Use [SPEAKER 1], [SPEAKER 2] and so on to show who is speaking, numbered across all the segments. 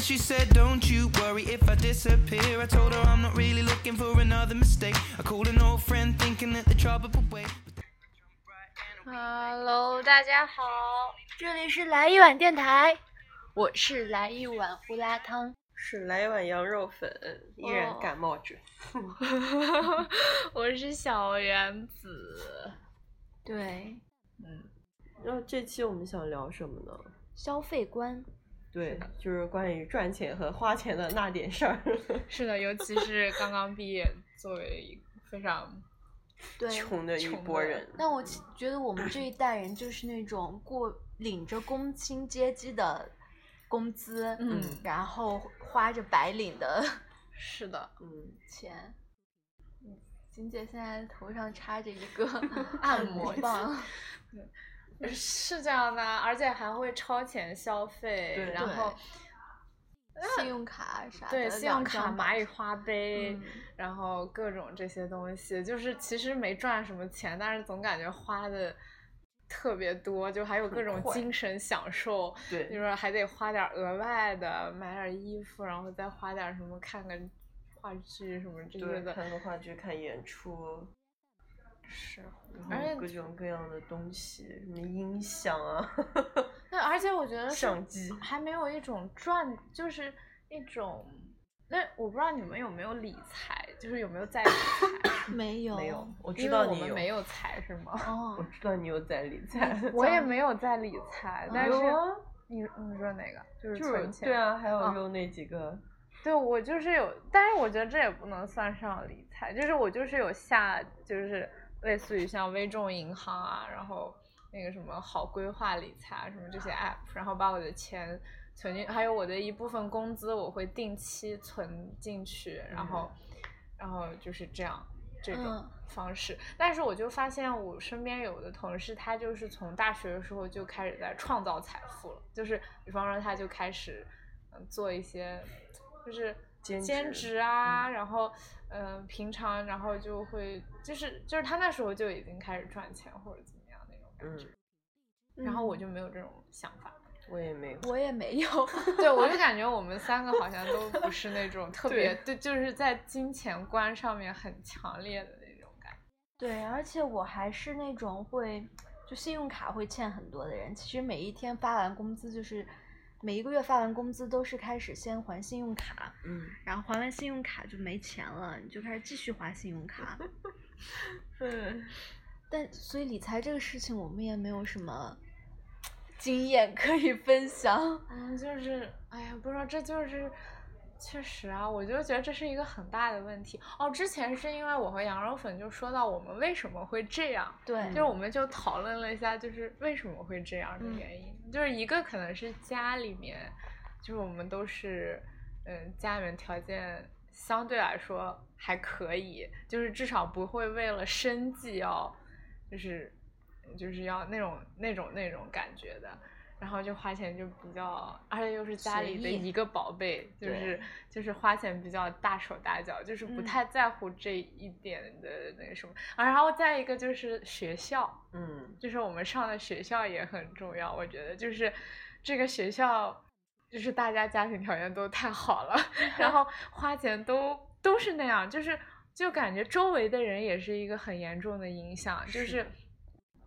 [SPEAKER 1] She said, Don't you worry if I disappear. I told her I'm not really looking for another mistake. I called an old friend thinking that the trouble would wait.
[SPEAKER 2] Hello，大家好，这里是来一碗电台，我是来一碗胡辣汤。
[SPEAKER 3] 是来一碗羊肉粉，依然
[SPEAKER 2] 哦
[SPEAKER 3] 感冒着。
[SPEAKER 2] 我是小原子。对，
[SPEAKER 3] 然后这期我们想聊什么呢？
[SPEAKER 2] 消费观。
[SPEAKER 3] 对，就是关于赚钱和花钱的那点事儿。
[SPEAKER 4] 是的，尤其是刚刚毕业，作为一个非常
[SPEAKER 2] 对，
[SPEAKER 3] 穷的一
[SPEAKER 4] 穷
[SPEAKER 3] 波
[SPEAKER 4] 的
[SPEAKER 3] 人，
[SPEAKER 2] 但我其觉得我们这一代人就是那种过领着工薪阶级的工资，
[SPEAKER 4] 嗯
[SPEAKER 2] 然后花着白领的
[SPEAKER 4] 是的，
[SPEAKER 3] 嗯，
[SPEAKER 2] 钱。嗯金姐现在头上插着一 个按摩棒，
[SPEAKER 4] 是这样的，啊而且还会超前消费
[SPEAKER 3] 对，
[SPEAKER 4] 然后
[SPEAKER 2] 信用卡啥的，
[SPEAKER 4] 对信用
[SPEAKER 2] 两
[SPEAKER 4] 卡、
[SPEAKER 2] 张
[SPEAKER 4] 蚂蚁花呗，
[SPEAKER 2] 嗯？
[SPEAKER 4] 然后各种这些东西，就是其实没赚什么钱，但是总感觉花的。特别多，就还有各种
[SPEAKER 3] 快
[SPEAKER 4] 精神享受，就
[SPEAKER 3] 对，
[SPEAKER 4] 是还得花点额外的，买点衣服，然后再花点什么看个话剧什么这些
[SPEAKER 3] 对，
[SPEAKER 4] 的，
[SPEAKER 3] 看个话剧、看演出，
[SPEAKER 4] 是，而
[SPEAKER 3] 嗯
[SPEAKER 4] 且
[SPEAKER 3] 各种各样的东西，什么音响啊，
[SPEAKER 4] 那而且我觉得是
[SPEAKER 3] 相机
[SPEAKER 4] 还没有一种赚，就是一种，那我不知道你们有没有理财，就是有没有在理财
[SPEAKER 2] 没有，
[SPEAKER 3] 没有，我
[SPEAKER 4] 因
[SPEAKER 3] 知
[SPEAKER 4] 为
[SPEAKER 3] 道
[SPEAKER 4] 我
[SPEAKER 3] 你
[SPEAKER 4] 们
[SPEAKER 3] 有，
[SPEAKER 4] 没有财是 吗？
[SPEAKER 3] 我
[SPEAKER 2] 哦，
[SPEAKER 3] 知道你有在理财，
[SPEAKER 4] 我也没有在理财，但是
[SPEAKER 3] 有啊
[SPEAKER 4] 你你说哪个？就是
[SPEAKER 3] 就是
[SPEAKER 4] 存钱。
[SPEAKER 3] 对，啊，还有
[SPEAKER 4] 嗯
[SPEAKER 3] 用那几个，
[SPEAKER 4] 对我就是有，但是我觉得这也不能算上理财，就是我就是有下，就是类似于像微众银行啊，然后那个什么好规划理财啊，什么这些 app，然后把我的钱存进，还有我的一部分工资我会定期存进去，然后，然后就是这样这种
[SPEAKER 2] 嗯
[SPEAKER 4] 方式。但是我就发现我身边有的同事，他就是从大学的时候就开始在创造财富了，就是比方说他就开始嗯做一些就是
[SPEAKER 3] 兼
[SPEAKER 4] 兼
[SPEAKER 3] 职
[SPEAKER 4] 职啊，然后嗯、呃平常然后就会就是就是他那时候就已经开始赚钱或者怎么样那种感觉，然后我就没有这种想法。
[SPEAKER 3] 嗯 我也没有，
[SPEAKER 2] 我也没有，
[SPEAKER 4] 对，我就感觉我们三个好像都不是那种特别
[SPEAKER 3] 对
[SPEAKER 4] 对就是在金钱观上面很强烈的那种感觉。
[SPEAKER 2] 对，而且我还是那种会就信用卡会欠很多的人。其实每一天发完工资，就是每一个月发完工资都是开始先还信用卡，
[SPEAKER 3] 嗯，
[SPEAKER 2] 然后还完信用卡就没钱了，你就开始继续还信用 卡。
[SPEAKER 3] 对，
[SPEAKER 2] 但所以理财这个事情，我们也没有什么经验可以分享。
[SPEAKER 4] 嗯，就是，哎呀，不知道，这就是，确实啊，我就觉得这是一个很大的问题。哦，之前是因为我和羊肉粉就说到我们为什么会这样，
[SPEAKER 2] 对
[SPEAKER 4] 就，是我们就讨论了一下，就是为什么会这样的
[SPEAKER 2] 嗯
[SPEAKER 4] 原因，就是一个可能是家里面，就是我们都是，嗯，家里面条件相对来说还可以，就是至少不会为了生计要，就是，就是要那种那种那种感觉的。然后就花钱就比较，而且又是家
[SPEAKER 2] 随
[SPEAKER 4] 里的
[SPEAKER 2] 意
[SPEAKER 4] 一个宝贝，就
[SPEAKER 3] 对
[SPEAKER 4] 是就是花钱比较大手大脚，就是不
[SPEAKER 2] 嗯
[SPEAKER 4] 太在乎这一点的那个什么。啊然后再一个就是学校，
[SPEAKER 3] 嗯，
[SPEAKER 4] 就是我们上的学校也很重要，我觉得就是这个学校，就是大家家庭条件都太好了， 然后花钱都都是那样，就是就感觉周围的人也是一个很严重的影响，就是是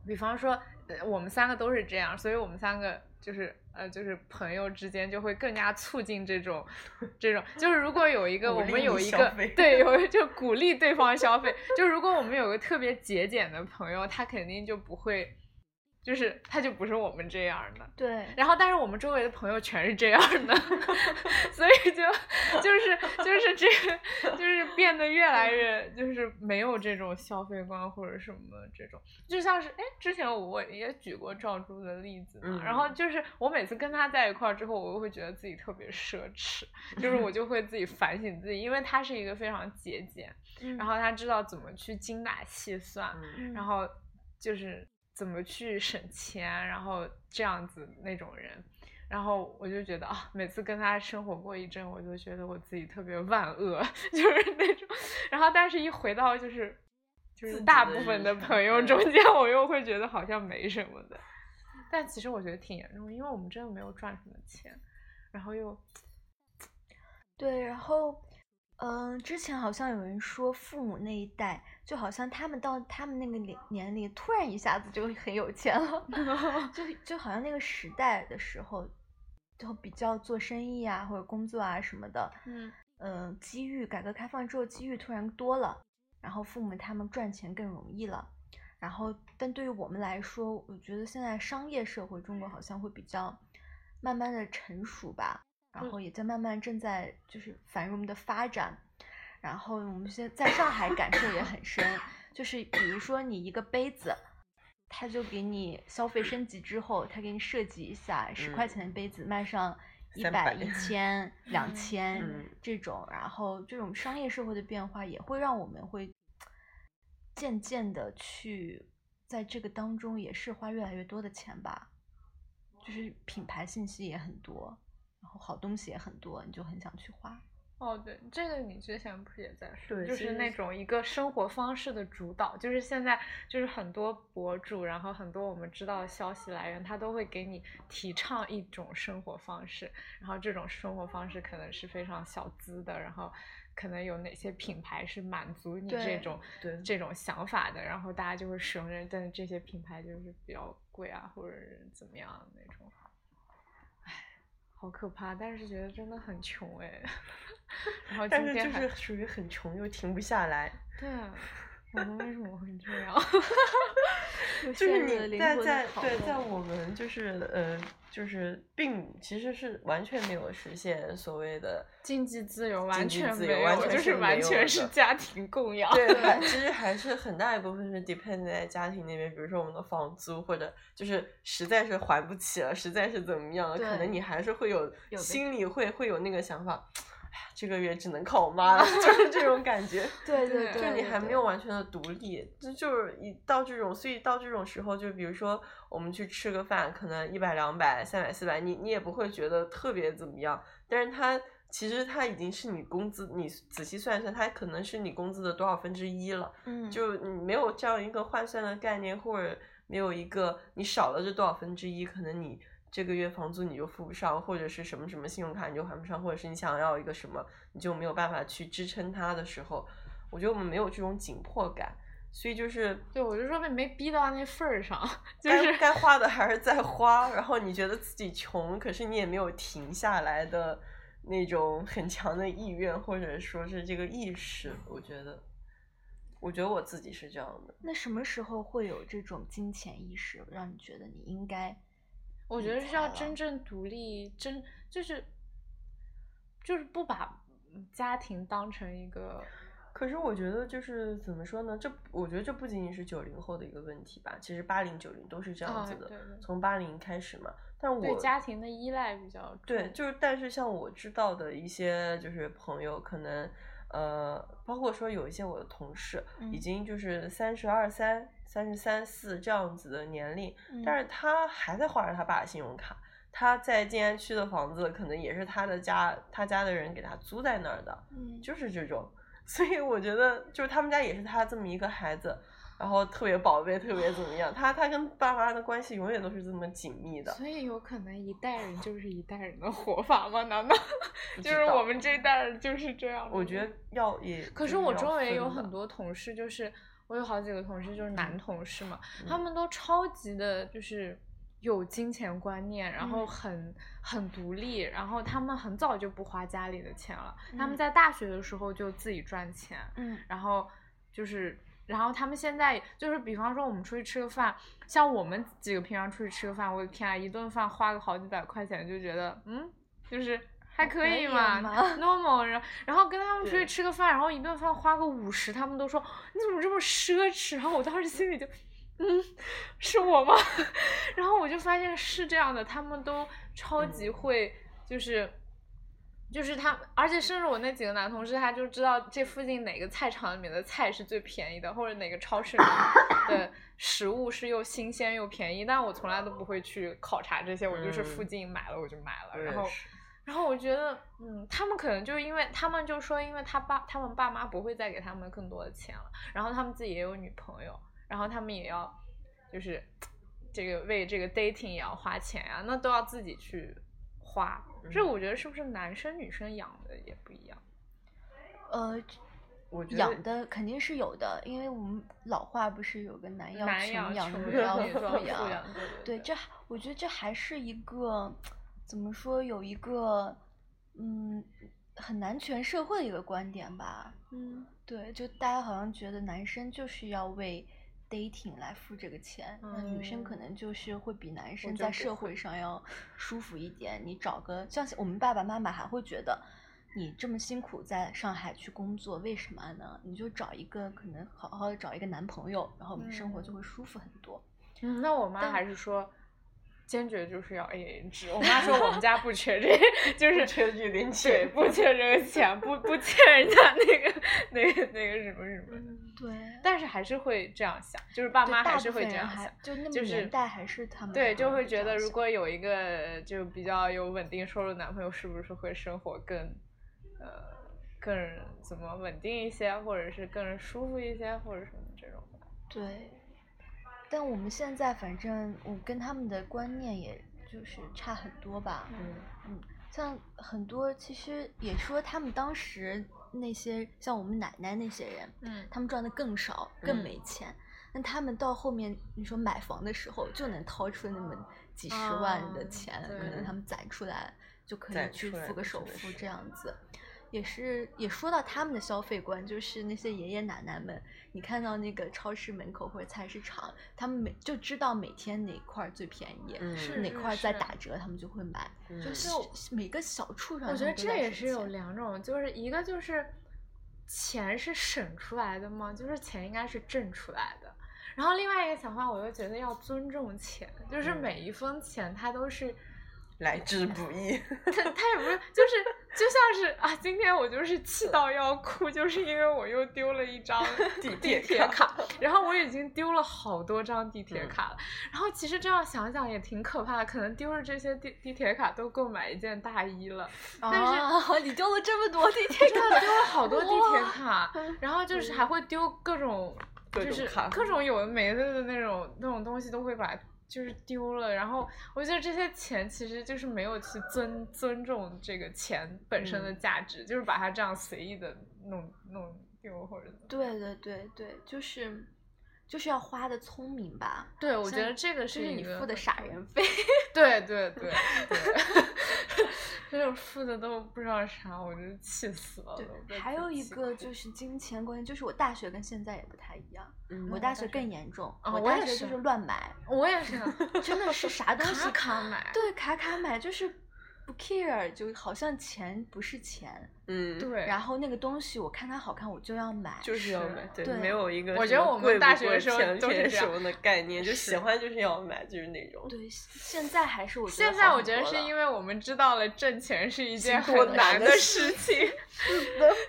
[SPEAKER 4] 比方说呃我们三个都是这样，所以我们三个就是。呃，就是朋友之间就会更加促进这种，这种就是如果有一个
[SPEAKER 3] 鼓
[SPEAKER 4] 我
[SPEAKER 3] 励
[SPEAKER 4] 们有
[SPEAKER 3] 你
[SPEAKER 4] 一
[SPEAKER 3] 消
[SPEAKER 4] 个
[SPEAKER 3] 费
[SPEAKER 4] 对有就鼓励对方消费，就如果我们有个特别节俭的朋友，他肯定就不会，就是他就不是我们这样的。
[SPEAKER 2] 对，
[SPEAKER 4] 然后，但是我们周围的朋友全是这样的， 所以就就是就是这个就是变得越来越就是没有这种消费观或者什么这种，就像是哎，之前我也举过赵珠的例子嘛，
[SPEAKER 3] 嗯
[SPEAKER 4] 然后就是我每次跟他在一块儿之后，我会觉得自己特别奢侈，就是我就会自己反省自己，因为他是一个非常节俭，然后他知道怎么去精打细算，
[SPEAKER 3] 嗯
[SPEAKER 2] 嗯，
[SPEAKER 4] 然后就是怎么去省钱，啊然后这样子那种人。然后我就觉得啊，每次跟他生活过一阵，我就觉得我自己特别万恶， 就是那种。然后，但是一回到就是就
[SPEAKER 3] 自
[SPEAKER 4] 是
[SPEAKER 3] 己
[SPEAKER 4] 大
[SPEAKER 3] 的
[SPEAKER 4] 部
[SPEAKER 3] 日
[SPEAKER 4] 分的
[SPEAKER 3] 常
[SPEAKER 4] 朋友
[SPEAKER 3] 对
[SPEAKER 4] 中间，我又会觉得好像没什么的。但其实我觉得挺严重的，因为我们真的没有赚什么钱，然后又
[SPEAKER 2] 对，然后，嗯、之前好像有人说父母那一代，就好像他们到他们那个年年龄，突然一下子就很有钱了， 就就好像那个时代的时候，就比较做生意啊或者工作啊什么的，
[SPEAKER 4] 嗯，
[SPEAKER 2] 呃，机遇，改革开放之后机遇突然多了，然后父母他们赚钱更容易了，然后但对于我们来说，我觉得现在商业社会中国好像会比较慢慢的成熟吧，然
[SPEAKER 4] 嗯
[SPEAKER 2] 后也在慢慢正在就是繁荣的发展，然后我们现在在上海感受也很深，就是比如说你一个杯子。他就给你消费升级之后，他给你设计一下十块
[SPEAKER 3] 嗯
[SPEAKER 2] 钱的杯子卖上一百、
[SPEAKER 3] 300
[SPEAKER 2] 一千、两
[SPEAKER 4] 嗯
[SPEAKER 2] 千，
[SPEAKER 3] 嗯
[SPEAKER 2] 这种，然后这种商业社会的变化也会让我们会渐渐的去在这个当中也是花越来越多的钱吧，就是品牌信息也很多，然后好东西也很多，你就很想去花。
[SPEAKER 4] 哦，对，这个你之前不是也在说，
[SPEAKER 3] 对
[SPEAKER 4] 就
[SPEAKER 3] 其
[SPEAKER 4] 是
[SPEAKER 3] 实
[SPEAKER 4] 那
[SPEAKER 3] 是
[SPEAKER 4] 种一个生活方式的主导，就是现在就是很多博主，然后很多我们知道的消息来源，他都会给你提倡一种生活方式，然后这种生活方式可能是非常小资的，然后可能有哪些品牌是满足你这
[SPEAKER 2] 对
[SPEAKER 4] 种
[SPEAKER 3] 对
[SPEAKER 4] 这种想法的，然后大家就会使用这，但是这些品牌就是比较贵啊，或者是怎么样那种。好可怕，但是觉得真的很穷哎。 然后
[SPEAKER 3] 但
[SPEAKER 4] 今
[SPEAKER 3] 是
[SPEAKER 4] 天
[SPEAKER 3] 就
[SPEAKER 4] 还
[SPEAKER 3] 是属于很穷又停不下来，
[SPEAKER 4] 对，啊我们为什么会这样？
[SPEAKER 2] 就
[SPEAKER 3] 就是你
[SPEAKER 2] 灵
[SPEAKER 3] 在
[SPEAKER 2] 魂
[SPEAKER 3] 在
[SPEAKER 2] 的拷
[SPEAKER 3] 对在
[SPEAKER 2] 问
[SPEAKER 3] 我们就是呃就是并其实是完全没有实现所谓的
[SPEAKER 4] 经济自由完
[SPEAKER 3] 经济
[SPEAKER 4] 全
[SPEAKER 3] 自由
[SPEAKER 4] 没
[SPEAKER 3] 完
[SPEAKER 4] 有，
[SPEAKER 3] 全
[SPEAKER 4] 就是是完
[SPEAKER 3] 没有
[SPEAKER 4] 全
[SPEAKER 3] 的
[SPEAKER 4] 是家庭供养。
[SPEAKER 3] 对，还 其实还是很大一部分是 depend 在家庭那边，比如说我们的房租，或者就是实在是还不起了，实在是怎么样了，可
[SPEAKER 2] 对
[SPEAKER 3] 能你还是会有
[SPEAKER 2] 的
[SPEAKER 3] 心里会会有那个想法， 哎呀，这个月只能靠我妈 了，就是这种感觉。
[SPEAKER 2] 对
[SPEAKER 4] 对
[SPEAKER 2] 对对，
[SPEAKER 3] 就你
[SPEAKER 2] 对
[SPEAKER 3] 还
[SPEAKER 2] 对
[SPEAKER 3] 没有完全的独立，这就是一到这种，所以到这种时候，就比如说我们去吃个饭，可能一百、两百、三百、四百，你你也不会觉得特别怎么样，但是它其实它已经是你工资，你仔细算一算，它可能是你工资的多少分之一了，
[SPEAKER 2] 嗯，
[SPEAKER 3] 就你没有这样一个换算的概念，或者没有一个你少了这多少分之一，可能你。这个月房租你就付不上，或者是什么什么信用卡你就还不上，或者是你想要一个什么，你就没有办法去支撑它的时候，我觉得我们没有这种紧迫感，所以就是
[SPEAKER 4] 对，我就说被没逼到那份儿上，就
[SPEAKER 3] 该
[SPEAKER 4] 是
[SPEAKER 3] 该花的还是在花，然后你觉得自己穷，可是你也没有停下来的那种很强的意愿，或者说是这个意识，我觉得，我觉得我自己是这样的，
[SPEAKER 2] 那什么时候会有这种金钱意识，让你觉得你应该？
[SPEAKER 4] 我
[SPEAKER 2] 理
[SPEAKER 4] 觉得是
[SPEAKER 2] 财
[SPEAKER 4] 要
[SPEAKER 2] 了
[SPEAKER 4] 真正独立，真就是就是不把嗯家庭当成一个
[SPEAKER 3] 可是我觉得就是怎么说呢，这我觉得这不仅仅是九零后的一个问题吧，其实八零九零都是这样
[SPEAKER 4] 啊
[SPEAKER 3] 子
[SPEAKER 4] 对
[SPEAKER 3] 的，
[SPEAKER 4] 对
[SPEAKER 3] 从八零开始嘛，但我
[SPEAKER 4] 对家庭的依赖比较重。
[SPEAKER 3] 对，就是但是像我知道的一些就是朋友，可能呃，包括说有一些我的同事，已
[SPEAKER 2] 嗯
[SPEAKER 3] 经就是三十二三、三十三四这样子的年龄，
[SPEAKER 2] 嗯
[SPEAKER 3] 但是他还在花着他爸的信用卡。他在静安区的房子，可能也是他的家，他家的人给他租在那儿的，
[SPEAKER 2] 嗯，
[SPEAKER 3] 就是这种。 所以我觉得，就是他们家也是他这么一个孩子，然后特别宝贝，特别怎么样。他他跟爸妈的关系永远都是这么紧密的。
[SPEAKER 4] 所以有可能一代人就是一代人的活法吗？难道
[SPEAKER 3] 不
[SPEAKER 4] 就
[SPEAKER 3] 知
[SPEAKER 4] 是
[SPEAKER 3] 道
[SPEAKER 4] 我们这一代人就是这样的吗？
[SPEAKER 3] 我觉得要也，
[SPEAKER 4] 可
[SPEAKER 3] 就是
[SPEAKER 4] 我
[SPEAKER 3] 要
[SPEAKER 4] 周围有
[SPEAKER 3] 分吧嗯
[SPEAKER 4] 很多同事，就是我有好几个同事，就是男同事嘛，
[SPEAKER 3] 嗯
[SPEAKER 4] 他们都超级的，就是有金钱观念，然后
[SPEAKER 2] 嗯
[SPEAKER 4] 很很独立，然后他们很早就不花家里的钱了，他们
[SPEAKER 2] 嗯
[SPEAKER 4] 在大学的时候就自己赚钱，
[SPEAKER 2] 嗯
[SPEAKER 4] 然后就是，然后他们现在就是，比方说我们出去吃个饭，像我们几个平常出去吃个饭，我的天啊，一顿饭花个好几百块钱，就觉得嗯，就是还可
[SPEAKER 2] 可
[SPEAKER 4] 以
[SPEAKER 2] 以
[SPEAKER 4] 嘛
[SPEAKER 2] 嘛
[SPEAKER 4] n o r m a l 然然后跟他们出去
[SPEAKER 3] 对
[SPEAKER 4] 吃个饭，然后一顿饭花个五十，他们都说你怎么这么奢侈？然后我当时心里就。嗯，是我吗？ 然后我就发现是这样的，他们都超级
[SPEAKER 3] 嗯
[SPEAKER 4] 会，就是、就是他们，而且甚至我那几个男同事，他就知道这附近哪个菜场里面的菜是最便宜的，或者哪个超市里面 的食物是又新鲜又便宜。但我从来都不会去考察这些，我就是
[SPEAKER 3] 嗯
[SPEAKER 4] 附近买了我就买了，
[SPEAKER 3] 我
[SPEAKER 4] 然
[SPEAKER 3] 也
[SPEAKER 4] 后
[SPEAKER 3] 是
[SPEAKER 4] 然后我觉得，嗯，他们可能就是因为他们就说，因为他爸他们爸妈不会再给他们更多的钱了，然后他们自己也有女朋友，然后他们也要啊就是这个为这个 dating 也要花钱呀、那都要自己去花。这我觉得是不是男生女生养的也不一样？
[SPEAKER 2] 呃，
[SPEAKER 3] 我觉
[SPEAKER 2] 养
[SPEAKER 3] 得
[SPEAKER 2] 的肯定是有的，因为我们老话不是有个男要
[SPEAKER 4] 男
[SPEAKER 2] 穷
[SPEAKER 4] 养
[SPEAKER 2] 养，
[SPEAKER 4] 穷
[SPEAKER 2] 女要
[SPEAKER 4] 女
[SPEAKER 2] 富
[SPEAKER 4] 富
[SPEAKER 2] 养。
[SPEAKER 4] 养，
[SPEAKER 2] 对，这还我觉得这还是一个怎么说，有一个嗯很男权社会的一个观点吧。
[SPEAKER 4] 嗯
[SPEAKER 2] 对，就大家好像觉得男生就是要为 dating 来付这个钱，那女生可
[SPEAKER 4] 嗯
[SPEAKER 2] 能就是会比男生
[SPEAKER 3] 觉得
[SPEAKER 2] 在
[SPEAKER 3] 不
[SPEAKER 2] 社
[SPEAKER 3] 会
[SPEAKER 2] 会上要舒服一点。你找个像我们爸爸妈妈还会觉得。你这么辛苦在上海去工作，为什么呢？你就找一个可能好好的找一个男朋友，然后你生活就
[SPEAKER 4] 嗯
[SPEAKER 2] 会舒服很多。
[SPEAKER 4] 嗯，那我妈
[SPEAKER 2] 但
[SPEAKER 4] 还是说，坚决就是要 AA 制。我妈说我们家不缺这， 就是
[SPEAKER 3] 不缺这点
[SPEAKER 4] 对，
[SPEAKER 3] 钱
[SPEAKER 4] 不缺这个钱，不不欠人家那个那个那个什么什么。
[SPEAKER 2] 对，
[SPEAKER 4] 但是还是会这样想，就是爸
[SPEAKER 2] 嗯对
[SPEAKER 4] 妈
[SPEAKER 2] 大
[SPEAKER 4] 还
[SPEAKER 2] 部
[SPEAKER 4] 是会
[SPEAKER 2] 分
[SPEAKER 4] 这
[SPEAKER 2] 人
[SPEAKER 4] 样
[SPEAKER 2] 还
[SPEAKER 4] 想。
[SPEAKER 2] 就那么
[SPEAKER 4] 就
[SPEAKER 2] 年
[SPEAKER 4] 是
[SPEAKER 2] 代还是他们
[SPEAKER 4] 对，
[SPEAKER 2] 好
[SPEAKER 4] 就
[SPEAKER 2] 像
[SPEAKER 4] 会
[SPEAKER 2] 这
[SPEAKER 4] 觉得
[SPEAKER 2] 样
[SPEAKER 4] 如
[SPEAKER 2] 想
[SPEAKER 4] 果有一个就比较有稳定收入的男朋友，是不是会生活更呃更怎么稳定一些，或者是更舒服一些，或者什么这种的？
[SPEAKER 2] 对，但我们现在反正我跟他们的观念也就是差很多吧。
[SPEAKER 3] 嗯
[SPEAKER 2] 像很多其实也说他们当时那些像我们奶奶那些人，
[SPEAKER 4] 嗯
[SPEAKER 2] 他们赚的更少，更
[SPEAKER 3] 嗯
[SPEAKER 2] 没钱。那他们到后面，你说买房的时候就能掏出那么几十万的
[SPEAKER 4] 啊
[SPEAKER 2] 钱，可
[SPEAKER 4] 对
[SPEAKER 2] 能他们攒出来就
[SPEAKER 3] 哦
[SPEAKER 2] 可
[SPEAKER 3] 攒
[SPEAKER 2] 以去
[SPEAKER 3] 出来
[SPEAKER 2] 付
[SPEAKER 3] 的
[SPEAKER 2] 个首
[SPEAKER 3] 真的
[SPEAKER 2] 付
[SPEAKER 3] 是
[SPEAKER 2] 这样子。也是也说到他们的消费观，就是那些爷爷奶奶们，你看到那个超市门口或者菜市场，他们每就知道每天哪块儿最便宜，
[SPEAKER 3] 嗯
[SPEAKER 4] 是
[SPEAKER 2] 哪
[SPEAKER 4] 是
[SPEAKER 2] 块儿在
[SPEAKER 4] 是
[SPEAKER 2] 打折，他们就会买。
[SPEAKER 3] 嗯
[SPEAKER 2] 就是每个小处上，
[SPEAKER 4] 我觉得这也是有两种，就是一个就是钱是省出来的嘛，就是钱应该是挣出来的。然后另外一个想法，我又觉得要尊重钱，就是
[SPEAKER 3] 嗯
[SPEAKER 4] 每一分钱它都是，
[SPEAKER 3] 来之不易。
[SPEAKER 4] 它它也不是，就是就像是啊，今天我就是气到要哭，就是因为我又丢了一张
[SPEAKER 3] 地
[SPEAKER 4] 地
[SPEAKER 3] 铁
[SPEAKER 4] 铁
[SPEAKER 3] 卡
[SPEAKER 4] 卡，然后我已经丢了好多张地铁
[SPEAKER 3] 嗯
[SPEAKER 4] 卡了。然后其实这样想想也挺可怕的，可能丢了这些地地铁卡都购买一件大衣了。但
[SPEAKER 2] 但是你丢了这 么多地铁
[SPEAKER 4] 真的丢了好多地铁卡
[SPEAKER 2] 哇，
[SPEAKER 4] 然后就是还会丢各种，
[SPEAKER 3] 各
[SPEAKER 4] 就
[SPEAKER 3] 种
[SPEAKER 4] 是
[SPEAKER 3] 卡
[SPEAKER 4] 各种有的没的的那种那种东西都会把就是丢了。然后我觉得这些钱其实就是没有去尊尊重这个钱本身的
[SPEAKER 3] 嗯
[SPEAKER 4] 价值，就是把它这样随意的弄弄丢或者怎么样。
[SPEAKER 2] 对对对对，就是就是要花的聪明吧，
[SPEAKER 4] 对，我
[SPEAKER 2] 像
[SPEAKER 4] 觉得这个
[SPEAKER 2] 就是是你
[SPEAKER 4] 一个
[SPEAKER 2] 付的
[SPEAKER 4] 很
[SPEAKER 2] 傻
[SPEAKER 4] 重要
[SPEAKER 2] 人费。
[SPEAKER 4] 对对对 对，就是付的都不知道啥，我就气死了。都被
[SPEAKER 2] 对，还
[SPEAKER 4] 自
[SPEAKER 2] 有一
[SPEAKER 4] 己
[SPEAKER 2] 个
[SPEAKER 4] 哭
[SPEAKER 2] 就是金钱观念，就是我大学跟现在也不太一样，我
[SPEAKER 3] 嗯
[SPEAKER 2] 大
[SPEAKER 4] 大
[SPEAKER 2] 学
[SPEAKER 4] 学
[SPEAKER 2] 更严重，
[SPEAKER 4] 啊
[SPEAKER 2] 我
[SPEAKER 4] 我
[SPEAKER 2] 大
[SPEAKER 4] 也
[SPEAKER 2] 学
[SPEAKER 4] 是
[SPEAKER 2] 就是乱买，
[SPEAKER 4] 我也是，
[SPEAKER 2] 真的是啥东西
[SPEAKER 4] 卡卡买。
[SPEAKER 2] 对卡卡买就是。不 care，就好像钱不是钱，
[SPEAKER 3] 嗯，
[SPEAKER 4] 对，
[SPEAKER 2] 然后那个东西我看它好看我就要买，
[SPEAKER 3] 就是要
[SPEAKER 4] 是
[SPEAKER 3] 买，对，
[SPEAKER 2] 对
[SPEAKER 3] 没有一个
[SPEAKER 4] 我
[SPEAKER 3] 什
[SPEAKER 4] 觉得
[SPEAKER 3] 么
[SPEAKER 4] 我们
[SPEAKER 3] 贵不
[SPEAKER 4] 大学
[SPEAKER 3] 贵
[SPEAKER 4] 的时候
[SPEAKER 3] 便不
[SPEAKER 4] 都是
[SPEAKER 3] 便
[SPEAKER 4] 这
[SPEAKER 3] 什
[SPEAKER 4] 样
[SPEAKER 3] 么的概念，就是喜欢就是要买，就是那种。
[SPEAKER 2] 对，现在还是我觉
[SPEAKER 4] 现在我觉得是
[SPEAKER 2] 为
[SPEAKER 4] 因为我们知道了挣钱是一件
[SPEAKER 3] 多
[SPEAKER 4] 很
[SPEAKER 3] 难
[SPEAKER 4] 难
[SPEAKER 3] 的
[SPEAKER 4] 的
[SPEAKER 3] 事
[SPEAKER 4] 事情，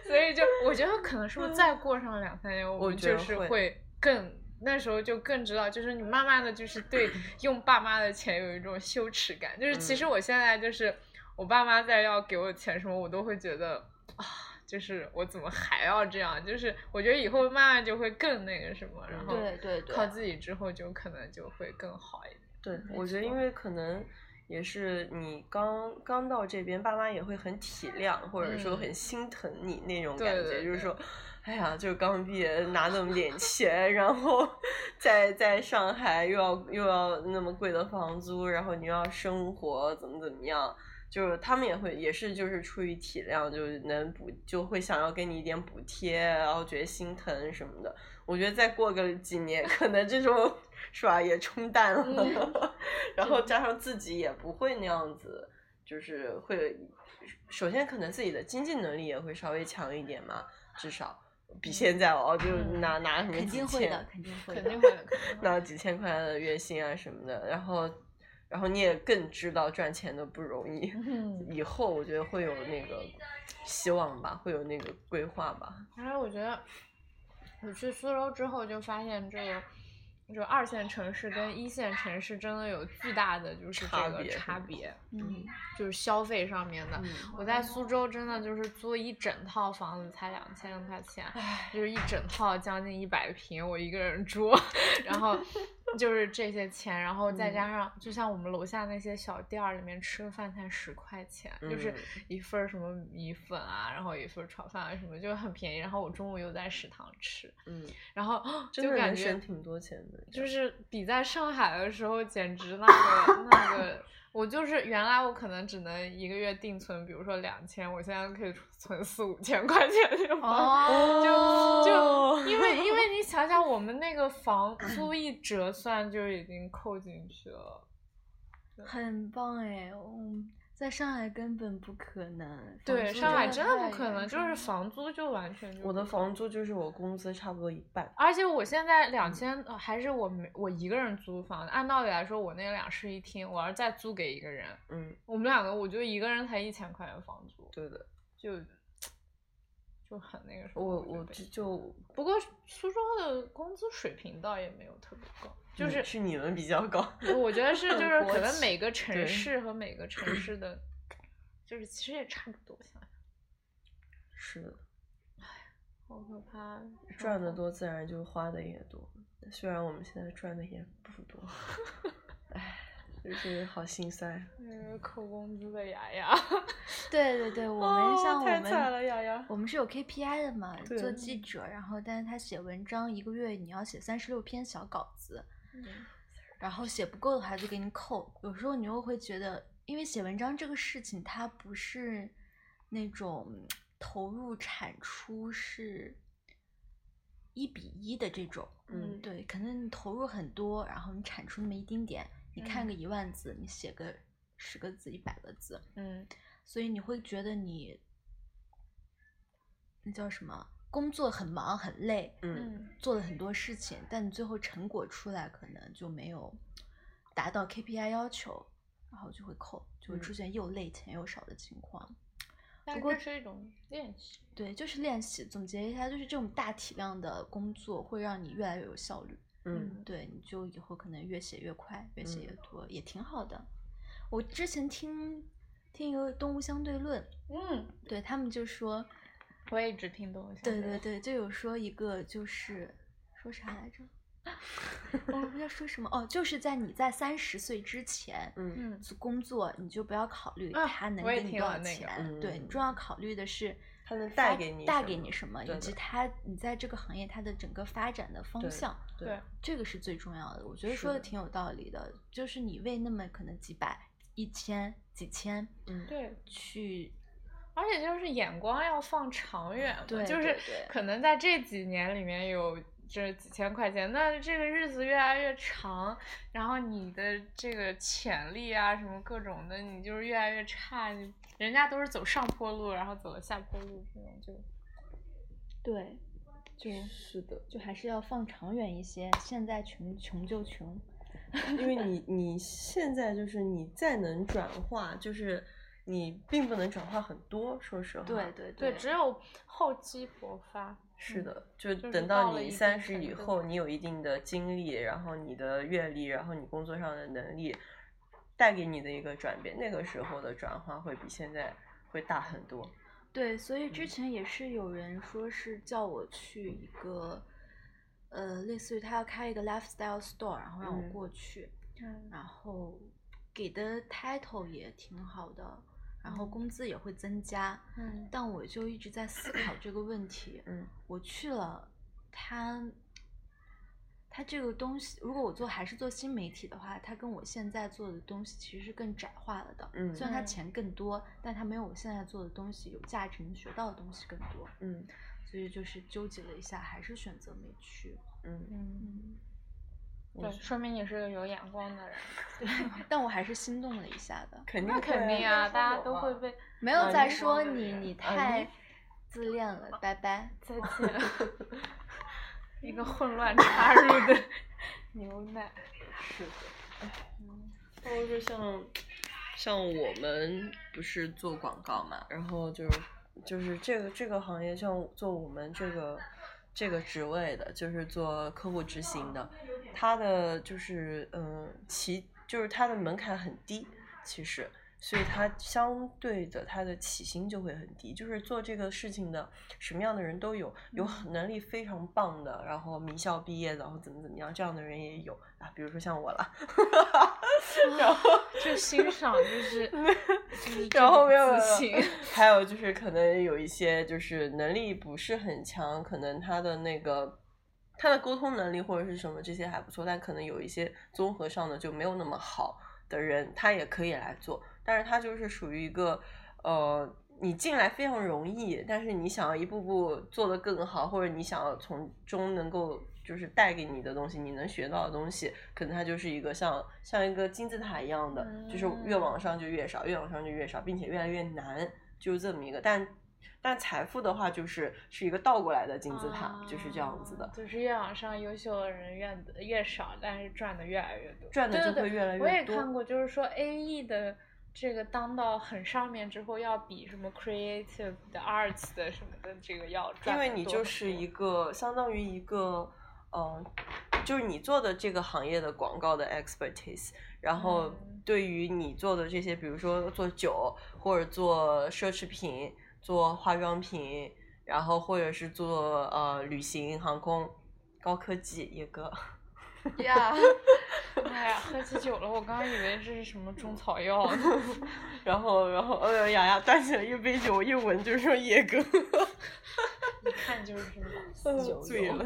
[SPEAKER 4] 所以就我觉得可能是不是再过上两三年，
[SPEAKER 3] 我
[SPEAKER 4] 们
[SPEAKER 3] 觉得
[SPEAKER 4] 就是
[SPEAKER 3] 会
[SPEAKER 4] 会更那时候就更知道，就是你慢慢的就是对用爸妈的钱有一种羞耻感，就是其实我现在就是我爸妈在要给我钱什么，我都会觉得啊。就是我怎么还要这样？就是我觉得以后慢慢就会更那个什么，然后
[SPEAKER 2] 对对
[SPEAKER 4] 嗯
[SPEAKER 2] 对
[SPEAKER 4] 靠自己之后就可能就会更好一点。
[SPEAKER 3] 对，
[SPEAKER 2] 没
[SPEAKER 3] 我觉得因
[SPEAKER 2] 错
[SPEAKER 3] 为可能也是你刚刚到这边，爸妈也会很体谅，或者说
[SPEAKER 4] 嗯
[SPEAKER 3] 很心疼你那种
[SPEAKER 4] 对
[SPEAKER 3] 感觉，
[SPEAKER 4] 对
[SPEAKER 3] 就是
[SPEAKER 4] 对
[SPEAKER 3] 说，哎呀，就是刚毕业拿那么点钱，然后 在在上海又要又要那么贵的房租，然后你又要生活怎么怎么样。就是他们也会，也是就是出于体谅，就是能补，就会想要给你一点补贴，然后觉得心疼什么的。我觉得再过个几年，可能这种是吧也冲淡了，
[SPEAKER 4] 嗯
[SPEAKER 3] 然后加上自己也不会那样子，就是会，首先可能自己的经济能力也会稍微强一点嘛，至少比现在哦，就
[SPEAKER 4] 嗯
[SPEAKER 3] 拿拿什么
[SPEAKER 2] 肯
[SPEAKER 3] 几
[SPEAKER 2] 定会的
[SPEAKER 3] 千，，
[SPEAKER 2] 肯定会
[SPEAKER 4] 肯
[SPEAKER 2] 的，
[SPEAKER 4] 定会的，肯定会的
[SPEAKER 3] 拿几千块的月薪啊什么的，然后，然后你也更知道赚钱的不容易。
[SPEAKER 4] 嗯，
[SPEAKER 3] 以后我觉得会有那个希望吧，会有那个规划吧。
[SPEAKER 4] 然后我觉得我去苏州之后就发现这个。就二线城市跟一线城市真的有巨大的就是
[SPEAKER 3] 差
[SPEAKER 4] 这个
[SPEAKER 3] 别是
[SPEAKER 4] 差
[SPEAKER 3] 吗
[SPEAKER 4] 别，
[SPEAKER 2] 嗯，
[SPEAKER 4] 就是消费上面的。
[SPEAKER 3] 嗯，
[SPEAKER 4] 我在苏州真的就是租一整套房子才两千块钱，
[SPEAKER 3] 唉，
[SPEAKER 4] 就是一整套将近一百平，我一个人住，然后就是这些钱，然后再
[SPEAKER 3] 嗯
[SPEAKER 4] 加上、就像我们楼下那些小店儿里面吃个饭才十块钱，就是
[SPEAKER 3] 嗯
[SPEAKER 4] 一份儿什么米粉啊，然后一份儿炒饭啊什么，就很便宜。然后我中午又在食堂吃，
[SPEAKER 3] 嗯，
[SPEAKER 4] 然后
[SPEAKER 3] 真
[SPEAKER 4] 就
[SPEAKER 3] 的
[SPEAKER 4] 感
[SPEAKER 3] 能
[SPEAKER 4] 觉
[SPEAKER 3] 省挺多钱的，
[SPEAKER 4] 就是比在上海的时候，简直那个那个，我就是原来我可能只能一个月定存，比如说两千，我现在可以存四五千块钱就房。
[SPEAKER 2] 哦，
[SPEAKER 4] 就
[SPEAKER 3] 哦
[SPEAKER 4] 就因 为因为你想想，我们那个房租一折算就已经扣进去了，
[SPEAKER 2] 很棒哎，嗯，在上海根本不可能。
[SPEAKER 4] 对，上海真
[SPEAKER 2] 的
[SPEAKER 4] 的
[SPEAKER 2] 太
[SPEAKER 4] 不可能，
[SPEAKER 2] 严
[SPEAKER 4] 就
[SPEAKER 2] 重
[SPEAKER 4] 是
[SPEAKER 2] 了
[SPEAKER 4] 房租就完全就
[SPEAKER 3] 我的
[SPEAKER 4] 不
[SPEAKER 3] 房租就是我工资差不多一半。
[SPEAKER 4] 而且我现在
[SPEAKER 2] 嗯
[SPEAKER 4] 两千、呃还是我没我一个人租房，按道理来说，我那个两室一厅，我要是再租给一个人，
[SPEAKER 3] 嗯，
[SPEAKER 4] 我们两个我就一个人才一千块钱房租，
[SPEAKER 3] 对的，
[SPEAKER 4] 就就很那个什么。
[SPEAKER 3] 我
[SPEAKER 4] 觉
[SPEAKER 3] 我
[SPEAKER 4] 得
[SPEAKER 3] 就就
[SPEAKER 4] 不过苏州的工资水平倒也没有特别高，就
[SPEAKER 3] 嗯
[SPEAKER 4] 是
[SPEAKER 3] 是你们比较高。
[SPEAKER 4] 我觉得是就是
[SPEAKER 3] 国
[SPEAKER 4] 可能
[SPEAKER 3] 企
[SPEAKER 4] 每个
[SPEAKER 3] 对
[SPEAKER 4] 城市和每个城市的，就是其实也差不多。我想想，
[SPEAKER 3] 是的，
[SPEAKER 4] 好可怕，
[SPEAKER 3] 赚的多自然就花的也多。虽然我们现在赚的也不 多，唉，就是好心塞。
[SPEAKER 4] 那个扣工资的雅雅，
[SPEAKER 2] 对对对，我们
[SPEAKER 4] 哦
[SPEAKER 2] 像我
[SPEAKER 3] 太
[SPEAKER 2] 们、
[SPEAKER 3] 惨了，丫丫。
[SPEAKER 2] 我们是有 KPI 的嘛，
[SPEAKER 3] 对
[SPEAKER 2] 做记者，然后但是他写文章一个月你要写三十六篇小稿子，然后写不够的话就给你扣。有时候你又会觉得，因为写文章这个事情，它不是那种投入产出是一比一的这种，
[SPEAKER 3] 嗯
[SPEAKER 2] 对，可能你投入很多，然后你产出那么一丁点，你看
[SPEAKER 4] 嗯
[SPEAKER 2] 个一万字，你写个十个字、一百个字，
[SPEAKER 4] 嗯
[SPEAKER 2] 所以你会觉得你那叫什么？工作很忙很累，
[SPEAKER 3] 嗯，
[SPEAKER 4] 嗯
[SPEAKER 2] 做了很多事情，但你最后成果出来可能就没有达到 KPI 要求，然后就会扣，就会出
[SPEAKER 3] 嗯
[SPEAKER 2] 现又累钱又少的情况。
[SPEAKER 4] 但
[SPEAKER 2] 过
[SPEAKER 4] 这是一种练习。
[SPEAKER 2] 对，就是练习。总结一下，就是这种大体量的工作会让你越来越有效率。
[SPEAKER 3] 嗯，
[SPEAKER 2] 对，你就以后可能越写越快，越写
[SPEAKER 3] 嗯
[SPEAKER 2] 越多，也挺好的。我之前听听一个《动物相对论》，
[SPEAKER 4] 嗯，
[SPEAKER 2] 对他们就说，
[SPEAKER 4] 我也只听懂。
[SPEAKER 2] 对对对，就有说一个就是说啥来着？我不知道说什么哦，就是在你在三十岁之前，
[SPEAKER 3] 嗯
[SPEAKER 4] 嗯，
[SPEAKER 2] 做工作你就不要考虑
[SPEAKER 4] 啊
[SPEAKER 2] 它能
[SPEAKER 4] 我也
[SPEAKER 2] 给你
[SPEAKER 4] 听
[SPEAKER 2] 多
[SPEAKER 4] 了
[SPEAKER 2] 少
[SPEAKER 4] 那
[SPEAKER 2] 钱
[SPEAKER 4] 个，
[SPEAKER 2] 对你
[SPEAKER 3] 嗯
[SPEAKER 2] 重要考虑的是
[SPEAKER 3] 它能
[SPEAKER 2] 发
[SPEAKER 3] 带给你
[SPEAKER 2] 带
[SPEAKER 3] 什
[SPEAKER 2] 给
[SPEAKER 3] 么
[SPEAKER 2] 你什么，
[SPEAKER 3] 对
[SPEAKER 2] 以
[SPEAKER 3] 的
[SPEAKER 2] 及它你在这个行业它的整个发展的方
[SPEAKER 3] 对
[SPEAKER 2] 向，
[SPEAKER 4] 对，
[SPEAKER 2] 这个是最重要的。我觉得
[SPEAKER 3] 是
[SPEAKER 2] 说的
[SPEAKER 3] 的
[SPEAKER 2] 挺有道理的，就是你为那么可能几百、一千、几千
[SPEAKER 3] 嗯，
[SPEAKER 4] 对，
[SPEAKER 2] 去
[SPEAKER 4] 而且就是眼光要放长远嘛，
[SPEAKER 2] 对
[SPEAKER 4] 就
[SPEAKER 2] 对
[SPEAKER 4] 是
[SPEAKER 2] 对
[SPEAKER 4] 可能在这几年里面有这几千块钱，那这个日子越来越长，然后你的这个潜力啊什么各种的，你就是越来越差，你人家都是走上坡路，然后走了下坡路，这种就
[SPEAKER 2] 对，就是
[SPEAKER 3] 的，
[SPEAKER 2] 就还是要放长远一些。现在穷穷就穷，
[SPEAKER 3] 因为 你你现在就是你再能转化，就是你并不能转化很多，说实话。
[SPEAKER 2] 对
[SPEAKER 4] 对，只有厚积薄发。
[SPEAKER 3] 是
[SPEAKER 4] 嗯
[SPEAKER 3] 的，就是
[SPEAKER 4] 就是
[SPEAKER 3] 等
[SPEAKER 4] 到
[SPEAKER 3] 到
[SPEAKER 4] 了
[SPEAKER 3] 你
[SPEAKER 4] 一定
[SPEAKER 3] 三十
[SPEAKER 4] 程
[SPEAKER 3] 以
[SPEAKER 4] 度
[SPEAKER 3] 后，你有一定的经历，然后你的阅历，然后你工作上的能力，带给你的一个转变，那个时候的转化会比现在会大很多。
[SPEAKER 2] 对，所以之前也是有人说是叫我去一个，呃，类似于他要开一个 lifestyle store，然后让我
[SPEAKER 3] 嗯
[SPEAKER 2] 过去，
[SPEAKER 4] 嗯
[SPEAKER 2] 然后给的 title 也挺好的，然后
[SPEAKER 4] 嗯
[SPEAKER 2] 工资也会增加，
[SPEAKER 4] 嗯
[SPEAKER 2] 但我就一直在思考这个问题。
[SPEAKER 3] 嗯
[SPEAKER 2] 我去了，它它这个东西，如果我做还是做新媒体的话，它跟我现在做的东西其实是更窄化了的。
[SPEAKER 3] 嗯
[SPEAKER 2] 虽然它
[SPEAKER 4] 嗯
[SPEAKER 2] 钱更多，但它没有我现在做的东西有价值，能学到的东西更多。
[SPEAKER 3] 嗯
[SPEAKER 2] 所以就是纠结了一下，还是选择没去。
[SPEAKER 3] 嗯，
[SPEAKER 4] 嗯，
[SPEAKER 3] 我
[SPEAKER 4] 对，
[SPEAKER 3] 是
[SPEAKER 4] 说明你是个有眼光 的人。
[SPEAKER 2] 对，但我还是心动了一下的。
[SPEAKER 3] 肯定
[SPEAKER 4] 那肯
[SPEAKER 3] 会
[SPEAKER 4] 定啊，
[SPEAKER 3] 应该
[SPEAKER 4] 大
[SPEAKER 3] 有
[SPEAKER 4] 家都
[SPEAKER 3] 啊
[SPEAKER 4] 会被
[SPEAKER 2] 没
[SPEAKER 3] 啊
[SPEAKER 2] 有
[SPEAKER 3] 你
[SPEAKER 2] 在
[SPEAKER 3] 是
[SPEAKER 2] 说
[SPEAKER 4] 这个
[SPEAKER 2] 你，
[SPEAKER 4] 人
[SPEAKER 2] 你
[SPEAKER 3] 啊
[SPEAKER 2] 太
[SPEAKER 3] 你
[SPEAKER 2] 自恋了，拜拜。
[SPEAKER 4] 再 见。一个混乱插入 的牛奶。
[SPEAKER 3] 是的，然后就像像我们不是做广告嘛，然后就是就是这个这个行业，像做我们这个这个职位的，就是做客户执行的，他的就是嗯、呃其就是他的门槛很低，其实所以他相对的他的起薪就会很低。就是做这个事情的什么样的人都有，有很能力非常棒的，然后名校毕业的，然后怎么怎么样这样的人也有啊，比如说像我啦，然后。
[SPEAKER 4] 就欣赏，就是就是这
[SPEAKER 3] 然后
[SPEAKER 4] 种
[SPEAKER 3] 没有 没有
[SPEAKER 4] 自
[SPEAKER 3] 没有
[SPEAKER 4] 信，
[SPEAKER 3] 还有就是可能有一些就是能力不是很强，可能他的那个他的沟通能力或者是什么这些还不错，但可能有一些综合上的就没有那么好的人，他也可以来做，但是他就是属于一个呃。你进来非常容易，但是你想要一步步做得更好，或者你想要从中能够就是带给你的东西，你能学到的东西，可能它就是一个像像一个金字塔一样的，就是越往上就越少，越往上就越少，并且越来越难，就是这么一个。但但财富的话，就是是一个倒过来的 金字塔，就是这样子的
[SPEAKER 4] 啊，就是越往上，优秀的人越越少，但是赚的越来越多，
[SPEAKER 3] 赚的
[SPEAKER 4] 对
[SPEAKER 3] 就
[SPEAKER 4] 对
[SPEAKER 3] 会
[SPEAKER 4] 对
[SPEAKER 3] 越来越多。
[SPEAKER 4] 我也看过，就是说 A E 的这个当到很上面之后，要比什么 creative 的 arts 的什么的这个要
[SPEAKER 3] 因
[SPEAKER 4] 赚得多很多，
[SPEAKER 3] 为你就是一个相当于一个，嗯、就是你做的这个行业的广告的 expertise，然后
[SPEAKER 4] 嗯
[SPEAKER 3] 对于你做的这些，比如说做酒或者做奢侈品、做化妆品，然后或者是做呃旅行、航空、高科技， 野哥，
[SPEAKER 2] 呀，
[SPEAKER 4] 哎呀，喝起酒了，我刚刚以为这是什么中草药呢。
[SPEAKER 3] 然后然后哎呦雅 雅端起了一杯酒，我一闻就是说野哥。
[SPEAKER 4] 一看就是老
[SPEAKER 3] 嗯
[SPEAKER 4] 司酒
[SPEAKER 3] 醉
[SPEAKER 4] 友
[SPEAKER 3] 了。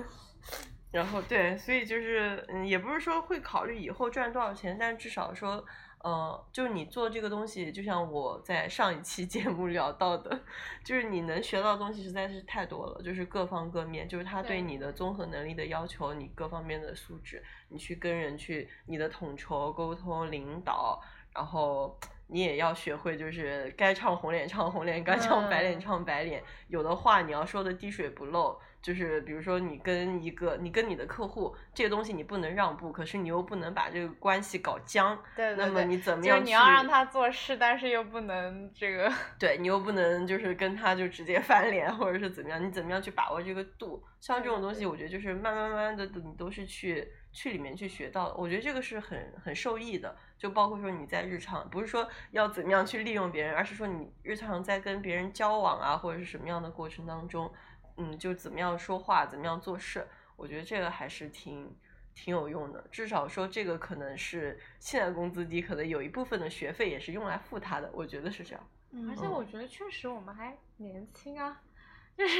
[SPEAKER 3] 然后对，所以就是，嗯，也不是说会考虑以后赚多少钱，但至少说，呃，就是你做这个东西，就像我在上一期 节目聊到的，就是你能学到的东西实在是太多了，就是各方各面，就是他对
[SPEAKER 4] 对
[SPEAKER 3] 你的综合能力的要求，你各方面的素质，你去跟人去，你的统筹、沟通、领导，然后你也要学会，就是该唱红脸唱红脸，该唱白脸
[SPEAKER 4] 嗯
[SPEAKER 3] 唱白脸，有的话你要说的滴水不漏。就是比如说，你跟一个，你跟你的客户，这个东西你不能让步，可是你又不能把这个关系搞僵。
[SPEAKER 4] 对对
[SPEAKER 3] 那么
[SPEAKER 4] 对，
[SPEAKER 3] 你怎么
[SPEAKER 4] 就
[SPEAKER 3] 样去？
[SPEAKER 4] 是你要让他做事，但是又不能这个。
[SPEAKER 3] 对你又不能就是跟他就直接 翻脸，或者是怎么样？你怎么样去把握这个度？像这种东西，我觉得就是慢慢慢慢的，你都是去去里面去学到的。我觉得这个是很很受益的，就包括说你在日常，不是说要怎么样去利用别人，而是说你日常在跟别人交往啊，或者是什么样的过程当中，嗯，就怎么样说话，怎么样做事，我觉得这个还是挺挺有用的。至少说这个可能是现在工资低，可能有一部分的学费也是用来付他的，我觉得是这样。
[SPEAKER 2] 嗯
[SPEAKER 4] 而
[SPEAKER 5] 哦
[SPEAKER 4] 且我觉得确实我们还年轻啊，就是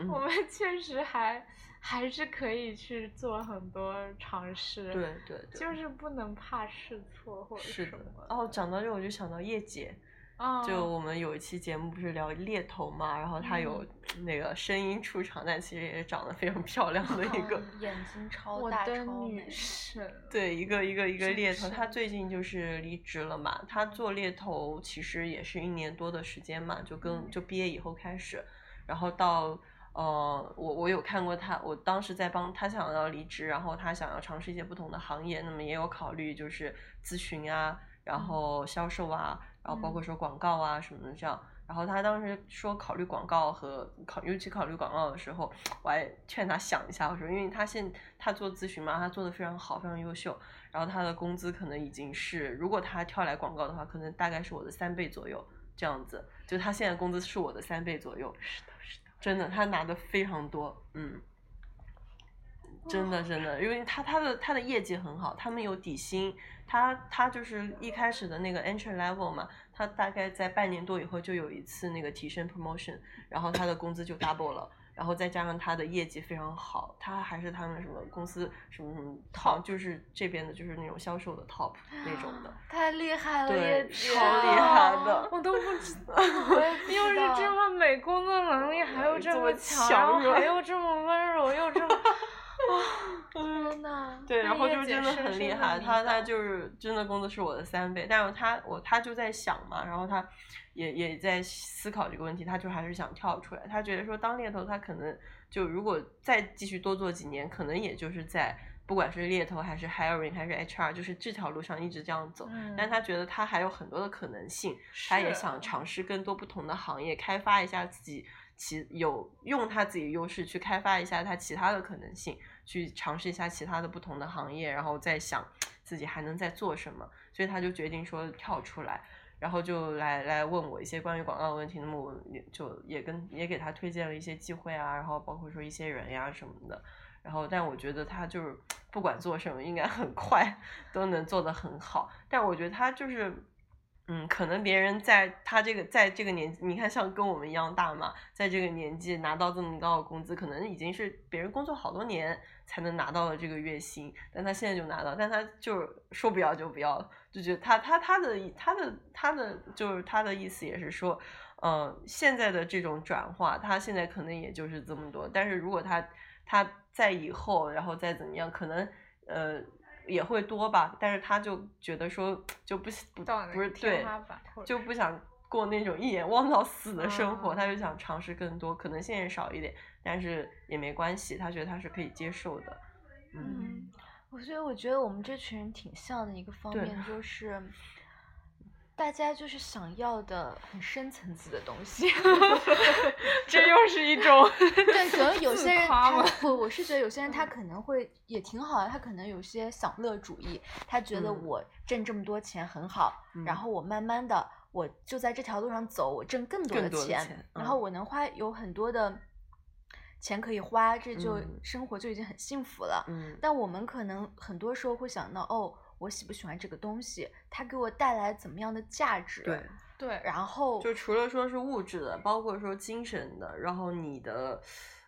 [SPEAKER 3] 嗯
[SPEAKER 4] 我们 确实还、还是可以去做很多尝试。
[SPEAKER 3] 对。对对，
[SPEAKER 4] 就是不能怕试错或者
[SPEAKER 3] 是的
[SPEAKER 4] 什么。。
[SPEAKER 3] 哦，讲到这个我就想到叶姐，
[SPEAKER 4] 哦，
[SPEAKER 3] 就我们有一期节目不是聊猎头嘛，然后她有那个声音出场，但其实也是长得非常漂亮的一 个，
[SPEAKER 2] 嗯眼睛超
[SPEAKER 4] 我
[SPEAKER 2] 大
[SPEAKER 4] 的
[SPEAKER 2] 超
[SPEAKER 4] 女
[SPEAKER 2] 美，
[SPEAKER 4] 神。
[SPEAKER 3] 对，一个一个一个
[SPEAKER 4] 是
[SPEAKER 3] 猎头。
[SPEAKER 4] 是
[SPEAKER 3] 她最近就是离职了嘛，她做猎头其实也是一年多的时间嘛，就
[SPEAKER 4] 嗯
[SPEAKER 3] 跟就毕业以后开始，然后到。呃，我我有看过她，我当时在帮她想要离职，然后她想要尝试一些不同的行业，那么也有考虑就是咨询啊，
[SPEAKER 4] 嗯
[SPEAKER 3] 然后销售啊，然后包括说广告啊什么的这样。然后他当时说考虑广告和考，尤其考虑广告的时候，我还劝他想一下，我说，因为他现他做咨询嘛，他做的非常好，非常优秀，然后他的工资可能已经是，如果他跳来广告的话，可能大概是我的三倍左右这样子，就他现在工资是我的三倍左右，
[SPEAKER 4] 是的，是的。
[SPEAKER 3] 真的，他拿的非常多，嗯，真的真的，因为他他的他的业绩很好，他们有底薪，他他就是一开始的那个 entry level 嘛，他大概在半年多以后就有一次那个提升 promotion，然后他的工资就 double 了。然后再加上他的业绩非常好，他还是他们什么公司什么什么 top，就是这边的就是那种销售的 top 那种的，
[SPEAKER 2] 太厉害了，
[SPEAKER 3] 对
[SPEAKER 2] 叶，姐
[SPEAKER 3] 超
[SPEAKER 2] 哦
[SPEAKER 3] 厉害的。
[SPEAKER 4] 我都 不知道，
[SPEAKER 2] 我也不知
[SPEAKER 4] 又是
[SPEAKER 2] 道
[SPEAKER 4] 这么美工作能力，还有
[SPEAKER 3] 呃这么
[SPEAKER 4] 么
[SPEAKER 3] 强
[SPEAKER 4] 强，然后
[SPEAKER 3] 软
[SPEAKER 4] 还又这么温柔，又 这么
[SPEAKER 3] 哎
[SPEAKER 2] 天呐，
[SPEAKER 3] 对，
[SPEAKER 4] 那
[SPEAKER 3] 然后
[SPEAKER 4] 叶
[SPEAKER 3] 就
[SPEAKER 4] 姐
[SPEAKER 3] 真的
[SPEAKER 4] 深
[SPEAKER 3] 很
[SPEAKER 4] 深
[SPEAKER 3] 厉
[SPEAKER 4] 地
[SPEAKER 3] 害，
[SPEAKER 4] 迷
[SPEAKER 3] 他他
[SPEAKER 4] 倒
[SPEAKER 3] 就是真的工资是我的三倍，但是他我他就在想嘛，然后他也也在思考这个问题，他就还是想跳出来，他觉得说当猎头他可能就如果再继续多做几年，可能也就是在不管是猎头还是 hiring 还是 HR，就是这条路上一直这样走，
[SPEAKER 4] 嗯
[SPEAKER 3] 但他觉得他还有很多的可能性，他也
[SPEAKER 4] 是
[SPEAKER 3] 想尝试更多不同的行业，开发一下自己其有用他自己优势去开发一下他其他的可能性，去尝试一下其他的不同的行业，然后再想自己还能再做什么，所以他就决定说跳出来。然后就来来问我一些关于广告的问题，那么我也就也跟也给他推荐了一些机会啊，然后包括说一些人呀什么的，然后但我觉得他就是不管做什么，应该很快都能做得很好，但我觉得他就是。嗯，可能别人在他这个在这个年纪，你看像跟我们一样大嘛，在这个年纪拿到这么高的工资，可能已经是别人工作好多年才能拿到的这个月薪，但他现在就拿到，但他就是说不要就不要了，就觉得他他他的他的他的就是他的意思也是说，呃，现在的这种转化，他现在可能也就是这么多，但是如果他他在以后，然后再怎么样，可能呃。也会多吧，但是他就觉得说就不不
[SPEAKER 4] 到那
[SPEAKER 3] 不
[SPEAKER 4] 个
[SPEAKER 3] 是对
[SPEAKER 4] 天花板，或者
[SPEAKER 3] 就 不想过那种一眼望到死的生活，
[SPEAKER 4] 啊
[SPEAKER 3] 他就想尝试更多，可能现在少一点，但是也没关系，他觉得他是可以接受的。嗯，
[SPEAKER 2] 嗯，我所以我觉得我们这群人挺像的一个方
[SPEAKER 3] 对
[SPEAKER 2] 面就是，大家就是想要的很深层次的东西。
[SPEAKER 4] 这又是一种
[SPEAKER 2] 对，可能有
[SPEAKER 4] 自
[SPEAKER 2] 些人
[SPEAKER 4] 夸
[SPEAKER 2] 他
[SPEAKER 4] 吗，
[SPEAKER 2] 我我是觉得有些人
[SPEAKER 3] 嗯
[SPEAKER 2] 他可能会也挺好的，他可能有些享乐主义，他觉得
[SPEAKER 3] 嗯
[SPEAKER 2] 我挣这么多钱很好，
[SPEAKER 3] 嗯
[SPEAKER 2] 然后我慢慢的我就在这条路上走，我挣更多
[SPEAKER 3] 更
[SPEAKER 2] 的
[SPEAKER 3] 多的
[SPEAKER 2] 钱，
[SPEAKER 3] 钱
[SPEAKER 2] 然后
[SPEAKER 3] 嗯
[SPEAKER 2] 我能花有很多的钱可以花，这就、
[SPEAKER 3] 嗯
[SPEAKER 2] 生活就已经很幸福了。
[SPEAKER 3] 嗯
[SPEAKER 2] 但我们可能很多时候会想到，哦，我喜不喜欢这个东西，它给我带来怎么样的价值？
[SPEAKER 3] 对，
[SPEAKER 4] 对，
[SPEAKER 2] 然后
[SPEAKER 3] 就除了说是物质的，包括说精神的，然后你的，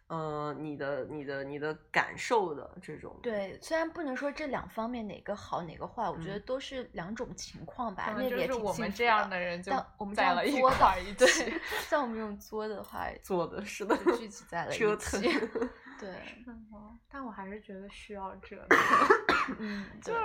[SPEAKER 3] 呃，你的、你的、你的感受的这种，，
[SPEAKER 2] 对，虽然不能说这两方面哪个好哪个坏，我觉得
[SPEAKER 3] 嗯
[SPEAKER 2] 都是两种情况吧，
[SPEAKER 4] 可 能嗯
[SPEAKER 2] 那个
[SPEAKER 4] 就
[SPEAKER 2] 也
[SPEAKER 4] 是
[SPEAKER 2] 挺
[SPEAKER 4] 我
[SPEAKER 2] 幸
[SPEAKER 4] 们
[SPEAKER 2] 福
[SPEAKER 4] 这样的人就
[SPEAKER 2] 但我们这
[SPEAKER 4] 在
[SPEAKER 2] 样
[SPEAKER 4] 了一
[SPEAKER 2] 作
[SPEAKER 4] 块
[SPEAKER 2] 的
[SPEAKER 4] 儿一
[SPEAKER 2] 对
[SPEAKER 4] 起。
[SPEAKER 2] 像我们这种作的话，
[SPEAKER 3] 做的是的，
[SPEAKER 2] 就聚集在了
[SPEAKER 3] 折
[SPEAKER 2] 一
[SPEAKER 3] 腾
[SPEAKER 2] 起。 对，
[SPEAKER 4] 嗯 但我还是觉得需要折
[SPEAKER 2] 嗯，
[SPEAKER 4] 就
[SPEAKER 2] 对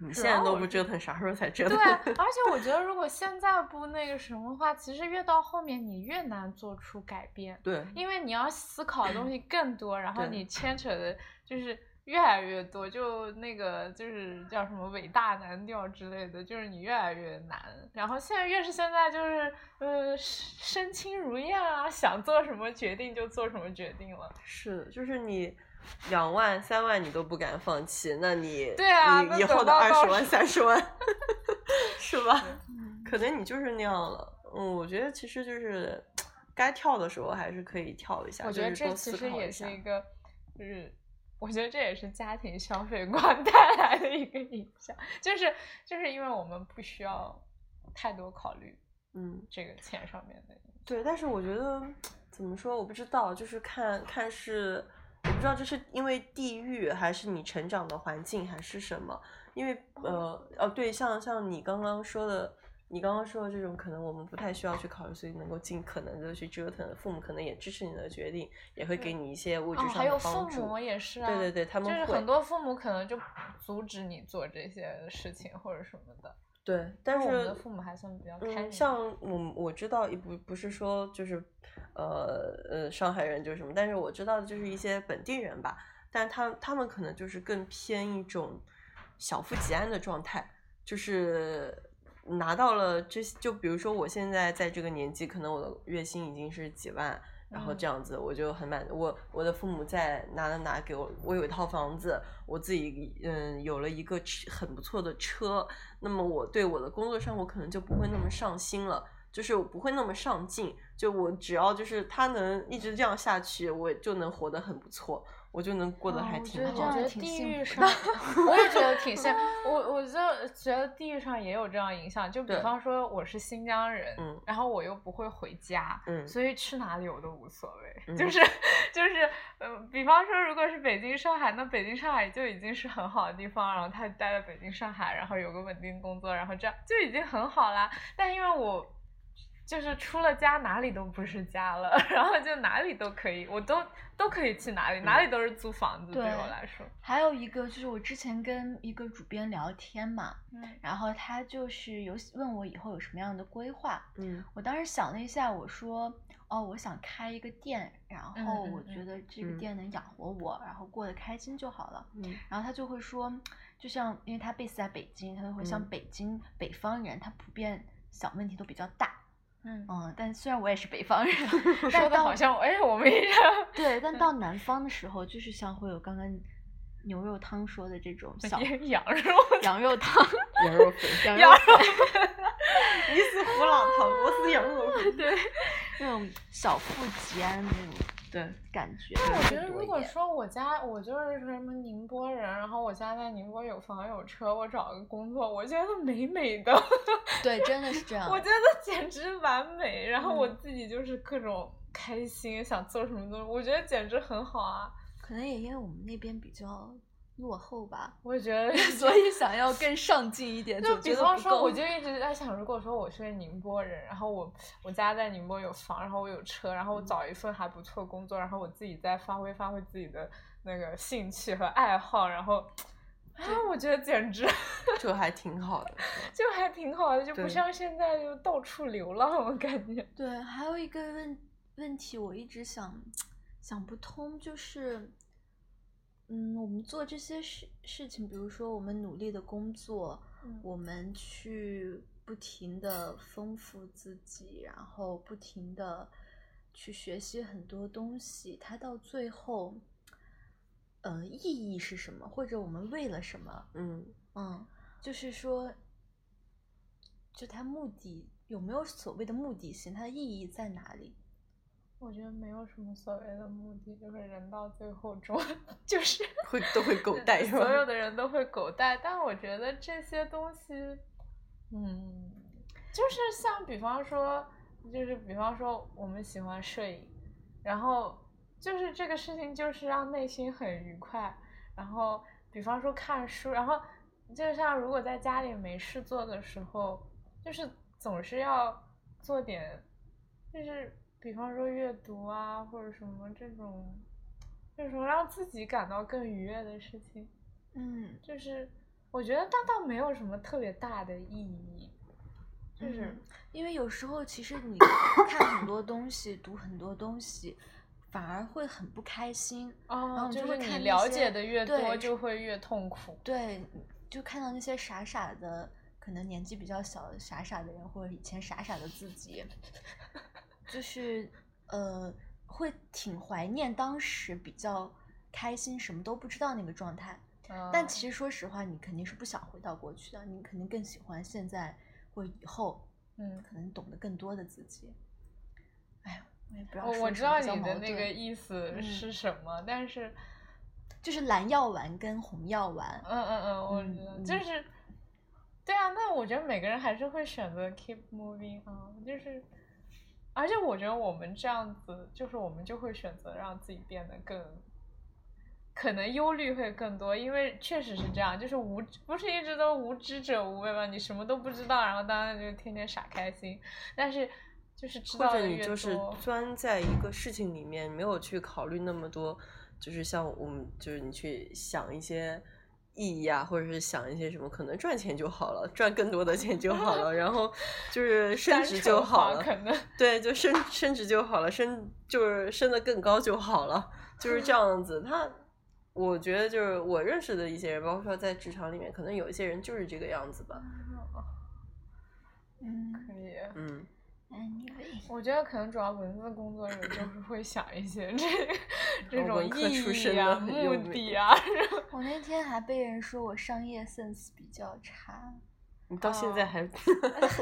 [SPEAKER 3] 你
[SPEAKER 4] 主
[SPEAKER 3] 现在
[SPEAKER 4] 要
[SPEAKER 3] 都
[SPEAKER 4] 我
[SPEAKER 3] 不
[SPEAKER 4] 是哦
[SPEAKER 3] 折腾，啥时候才折
[SPEAKER 4] 对
[SPEAKER 3] 腾？
[SPEAKER 4] 啊，而且我觉得如果现在不那个什么的话，其实越到后面你越难做出改变，
[SPEAKER 3] 对，
[SPEAKER 4] 因为你要思考的东西更多，然后
[SPEAKER 3] 对
[SPEAKER 4] 你牵扯的就是越来越多，就那个就是叫什么伟大难调之类的，就是你越来越难。然后现在越是现在就是呃身身轻如燕啊，想做什么决定就做什么决定了。
[SPEAKER 3] 是，就是你两万、三万你都不敢放弃，那你
[SPEAKER 4] 对啊那
[SPEAKER 3] 你以
[SPEAKER 4] 等
[SPEAKER 3] 后的
[SPEAKER 4] 到
[SPEAKER 3] 二
[SPEAKER 4] 到
[SPEAKER 3] 十万、
[SPEAKER 4] 时
[SPEAKER 3] 三十万， 是吧？
[SPEAKER 2] 嗯
[SPEAKER 3] 可能你就是那样了。嗯，我觉得其实就是该跳的时候还是可以跳一下，
[SPEAKER 4] 我
[SPEAKER 3] 就
[SPEAKER 4] 觉得
[SPEAKER 3] 是
[SPEAKER 4] 这
[SPEAKER 3] 多
[SPEAKER 4] 其
[SPEAKER 3] 思
[SPEAKER 4] 实
[SPEAKER 3] 考
[SPEAKER 4] 也
[SPEAKER 3] 一
[SPEAKER 4] 是
[SPEAKER 3] 下。
[SPEAKER 4] 一个，就是我觉得这也是家庭消费观 带来的一个影响，就是就是因为我们不需要太多考虑
[SPEAKER 3] 嗯，
[SPEAKER 4] 这个钱上面的。
[SPEAKER 3] 对。但是我觉得怎么说，我不知道，就是看看是，我不知道这是因为地域，还是你成长的环境，还是什么。因为呃哦对，像像你刚刚说的，你刚刚说的这种，可能我们不太需要去考虑，所以能够尽可能的去折腾。父母可能也支持你的决定，也会给你一些物质
[SPEAKER 4] 哦，
[SPEAKER 3] 上
[SPEAKER 4] 还
[SPEAKER 3] 的
[SPEAKER 4] 有
[SPEAKER 3] 帮
[SPEAKER 4] 父
[SPEAKER 3] 助。
[SPEAKER 4] 母也是啊，
[SPEAKER 3] 对对对，他们
[SPEAKER 4] 就是
[SPEAKER 3] 会
[SPEAKER 4] 很多父母可能就阻止你做这些事情或者什么的。
[SPEAKER 3] 对，但
[SPEAKER 4] 我们
[SPEAKER 3] 是
[SPEAKER 4] 的父母还算比较开明
[SPEAKER 3] 嗯，像我我知道，也不不是说就是，呃呃，上海人就是什么，但是我知道的就是一些本地人吧，但他他们可能就是更偏一种小富即安的状态，就是拿到了这些，就比如说我现在在这个年纪，可能我的月薪已经是几万，然后
[SPEAKER 4] 嗯
[SPEAKER 3] 这样子我就很满，我我的父母在哪哪哪给我，我有一套房子，我自己嗯有了一个吃很不错的车，那么我对我的工作生活可能就不会那么上心了。就是我不会那么上进，就我只要就是他能一直这样下去，我就能活得很不错，我就能过得
[SPEAKER 2] 哦
[SPEAKER 3] 还
[SPEAKER 2] 我
[SPEAKER 3] 挺
[SPEAKER 2] 觉
[SPEAKER 3] 好
[SPEAKER 2] 得这
[SPEAKER 3] 的
[SPEAKER 2] 样
[SPEAKER 4] 我觉得
[SPEAKER 2] 挺
[SPEAKER 4] 地
[SPEAKER 2] 幸
[SPEAKER 4] 域
[SPEAKER 2] 福
[SPEAKER 4] 上
[SPEAKER 2] 的，
[SPEAKER 4] 我也觉得挺 像。我我就觉得地域上也有这样影响。就比
[SPEAKER 3] 对
[SPEAKER 4] 方说我是新疆人，
[SPEAKER 3] 嗯
[SPEAKER 4] 然后我又不会回家，
[SPEAKER 3] 嗯
[SPEAKER 4] 所以去哪里我都无所谓。
[SPEAKER 3] 嗯
[SPEAKER 4] 就是就是，呃，比方说如果是北京、上海，那北京、上海就已经是很好的地方，然后他待在北京、上海，然后有个稳定工作，然后这样就已经很好啦。但因为我就是出了家哪里都不是家了， 然后就哪里都可以，我都都可以去哪里，哪里都是租房子对
[SPEAKER 2] 嗯对
[SPEAKER 4] 我来说。
[SPEAKER 2] 还有一个就是我之前跟一个主编聊天嘛，
[SPEAKER 4] 嗯
[SPEAKER 2] 然后他就是有问我以后有什么样的规划，
[SPEAKER 3] 嗯
[SPEAKER 2] 我当时想了一下，我说，哦，我想开一个店，然
[SPEAKER 4] 嗯
[SPEAKER 2] 后
[SPEAKER 4] 嗯
[SPEAKER 2] 我觉
[SPEAKER 4] 嗯
[SPEAKER 2] 得这个
[SPEAKER 3] 嗯
[SPEAKER 2] 店能养活我，然后过得开心就好了。
[SPEAKER 3] 嗯
[SPEAKER 2] 然后他就会说，就像因为他 base 在北京，他就会像
[SPEAKER 3] 嗯
[SPEAKER 2] 北京、北方人，他普遍想问题都比较大。
[SPEAKER 4] 嗯，
[SPEAKER 2] 嗯，但虽然我也是北 方人，但
[SPEAKER 4] 说的
[SPEAKER 2] 到
[SPEAKER 4] 好像哎我们一样。
[SPEAKER 2] 嗯对，但到南方的时候，就是像会有刚刚牛肉汤说的这种 小
[SPEAKER 4] 羊肉，
[SPEAKER 2] 羊肉汤，
[SPEAKER 3] 羊肉粉，
[SPEAKER 2] 羊
[SPEAKER 4] 羊
[SPEAKER 2] 肉
[SPEAKER 4] 肉
[SPEAKER 3] 你死胡老唐，我死羊肉粉。
[SPEAKER 4] 对。
[SPEAKER 2] 那种小富即安的那种
[SPEAKER 3] 对，
[SPEAKER 2] 感觉
[SPEAKER 4] 但我觉
[SPEAKER 2] 会
[SPEAKER 4] 得，
[SPEAKER 2] 多
[SPEAKER 4] 如
[SPEAKER 2] 一
[SPEAKER 4] 果
[SPEAKER 2] 点
[SPEAKER 4] 说我家我就是什么宁波人，然后我家在宁波有房有车，我找个工作，我觉得美美的，
[SPEAKER 2] 对，真的是这样
[SPEAKER 4] 我
[SPEAKER 2] 的。
[SPEAKER 4] 觉得简直完美。然后我
[SPEAKER 2] 嗯
[SPEAKER 4] 自己就是各种开心，想做什么东西，我觉得简直很好啊。
[SPEAKER 2] 可能也因为我们那边比较落后吧，
[SPEAKER 4] 我觉得
[SPEAKER 2] 所以想要更上进一点。
[SPEAKER 4] 就
[SPEAKER 2] 总
[SPEAKER 4] 比
[SPEAKER 2] 觉得
[SPEAKER 4] 方
[SPEAKER 2] 不
[SPEAKER 4] 说，我
[SPEAKER 2] 够
[SPEAKER 4] 就一直在想，如果说我是宁波人，然后我我家在宁波有房，然后我有车，然后我找一份还不错工作，然后我自己再发挥发挥自己的那个兴趣和爱好，然后啊，我觉得简直
[SPEAKER 3] 就还挺好的。
[SPEAKER 4] 就还挺好的，就不
[SPEAKER 3] 对
[SPEAKER 4] 像现在就到处流浪，我感觉。
[SPEAKER 2] 对，还有一个问问题，我一直想想不通，就是，嗯，我们做这些事事情，比如说我们努力的工作，我们去不停的丰富自己，然后不停的去学习很多东西，它到最后，呃，意义是什么？或者我们为了什么？
[SPEAKER 3] 嗯，
[SPEAKER 2] 嗯，就是说，就它目的有没有所谓的目的性，它的意义在哪里？
[SPEAKER 4] 我觉得没有什么所谓的目的，就是人到最后终 就是
[SPEAKER 3] 会都会狗带是吧
[SPEAKER 4] 所有的人都会狗带，但我觉得这些东西，嗯，就是像比方说，就是比方说我们喜欢摄影，然后就是这个事情就是让内心很愉快，然后比方说看书，然后就像如果在家里没事做的时候，就是总是要做点，就是比方说阅读啊，或者什么这种，这种让自己感到更愉悦的事情，
[SPEAKER 2] 嗯，
[SPEAKER 4] 就是我觉得它倒没有什么特别大的意义，就是、
[SPEAKER 2] 嗯因为有时候其实你看很多东西，读很多东西，反而会很不开心。
[SPEAKER 4] 哦，
[SPEAKER 2] 嗯你
[SPEAKER 4] 就
[SPEAKER 2] 就是会
[SPEAKER 4] 你
[SPEAKER 2] 看那
[SPEAKER 4] 了
[SPEAKER 2] 些
[SPEAKER 4] 解的越多，
[SPEAKER 2] 对
[SPEAKER 4] 就会越痛苦。
[SPEAKER 2] 对，就看到那些傻傻的，可能年纪比较小的傻傻的人，或者以前傻傻的自己，就是呃，会挺怀念当时比较开心，什么都不知道那个状态。
[SPEAKER 4] 嗯
[SPEAKER 2] 但其实说实话，你肯定是不想回到过去的，你肯定更喜欢现在或以后，
[SPEAKER 4] 嗯，
[SPEAKER 2] 可能懂得更多的自己。哎呀，我也不知道
[SPEAKER 4] 我
[SPEAKER 2] 说
[SPEAKER 4] 我
[SPEAKER 2] 什
[SPEAKER 4] 知道你
[SPEAKER 2] 么比较
[SPEAKER 4] 的
[SPEAKER 2] 矛
[SPEAKER 4] 那个
[SPEAKER 2] 盾
[SPEAKER 4] 意思
[SPEAKER 2] 嗯
[SPEAKER 4] 是什么，但是，
[SPEAKER 2] 就是蓝药丸跟红药丸
[SPEAKER 4] 嗯，嗯嗯，我知道，
[SPEAKER 2] 嗯
[SPEAKER 4] 就
[SPEAKER 2] 嗯
[SPEAKER 4] 是，对啊，那我觉得每个人还是会选择 keep moving on，就是，而且我觉得我们这样子，就是我们就会选择让自己变得更。可能忧虑会更多，因为确实是这样，就是无不是一直都无知者无畏嘛，你什么都不知道，然后当然就天天傻开心，但是就是知
[SPEAKER 3] 或
[SPEAKER 4] 道
[SPEAKER 3] 者
[SPEAKER 4] 的
[SPEAKER 3] 你
[SPEAKER 4] 越
[SPEAKER 3] 就是
[SPEAKER 4] 多，
[SPEAKER 3] 钻在一个事情里面，没有去考虑那么多，就是像我们就是你去想一些意义啊，或者是想一些什么，可能赚钱就好了，赚更多的钱就好了，然后就是升
[SPEAKER 4] 单
[SPEAKER 3] 职
[SPEAKER 4] 纯
[SPEAKER 3] 就好
[SPEAKER 4] 化
[SPEAKER 3] 了，
[SPEAKER 4] 可能
[SPEAKER 3] 对，就升升职就好了，升就是升得更高就好了，就是这样子。他，我觉得就是我认识的一些人，包括说在职场里面，可能有一些人就是这个样子吧。
[SPEAKER 2] 嗯
[SPEAKER 4] 可以。啊
[SPEAKER 3] 嗯，
[SPEAKER 2] 哎，anyway，
[SPEAKER 4] 我觉得可能主要文字工作者就是会想一些 这这
[SPEAKER 3] 然后
[SPEAKER 4] 种
[SPEAKER 3] 文科出
[SPEAKER 4] 意
[SPEAKER 3] 身
[SPEAKER 4] 义
[SPEAKER 3] 的
[SPEAKER 4] 啊、
[SPEAKER 3] 很
[SPEAKER 4] 目
[SPEAKER 3] 有
[SPEAKER 4] 的
[SPEAKER 3] 名
[SPEAKER 4] 啊。
[SPEAKER 2] 我那天还被人说我商业 sense 比较 差，
[SPEAKER 3] 你到现
[SPEAKER 4] 哦
[SPEAKER 3] 在还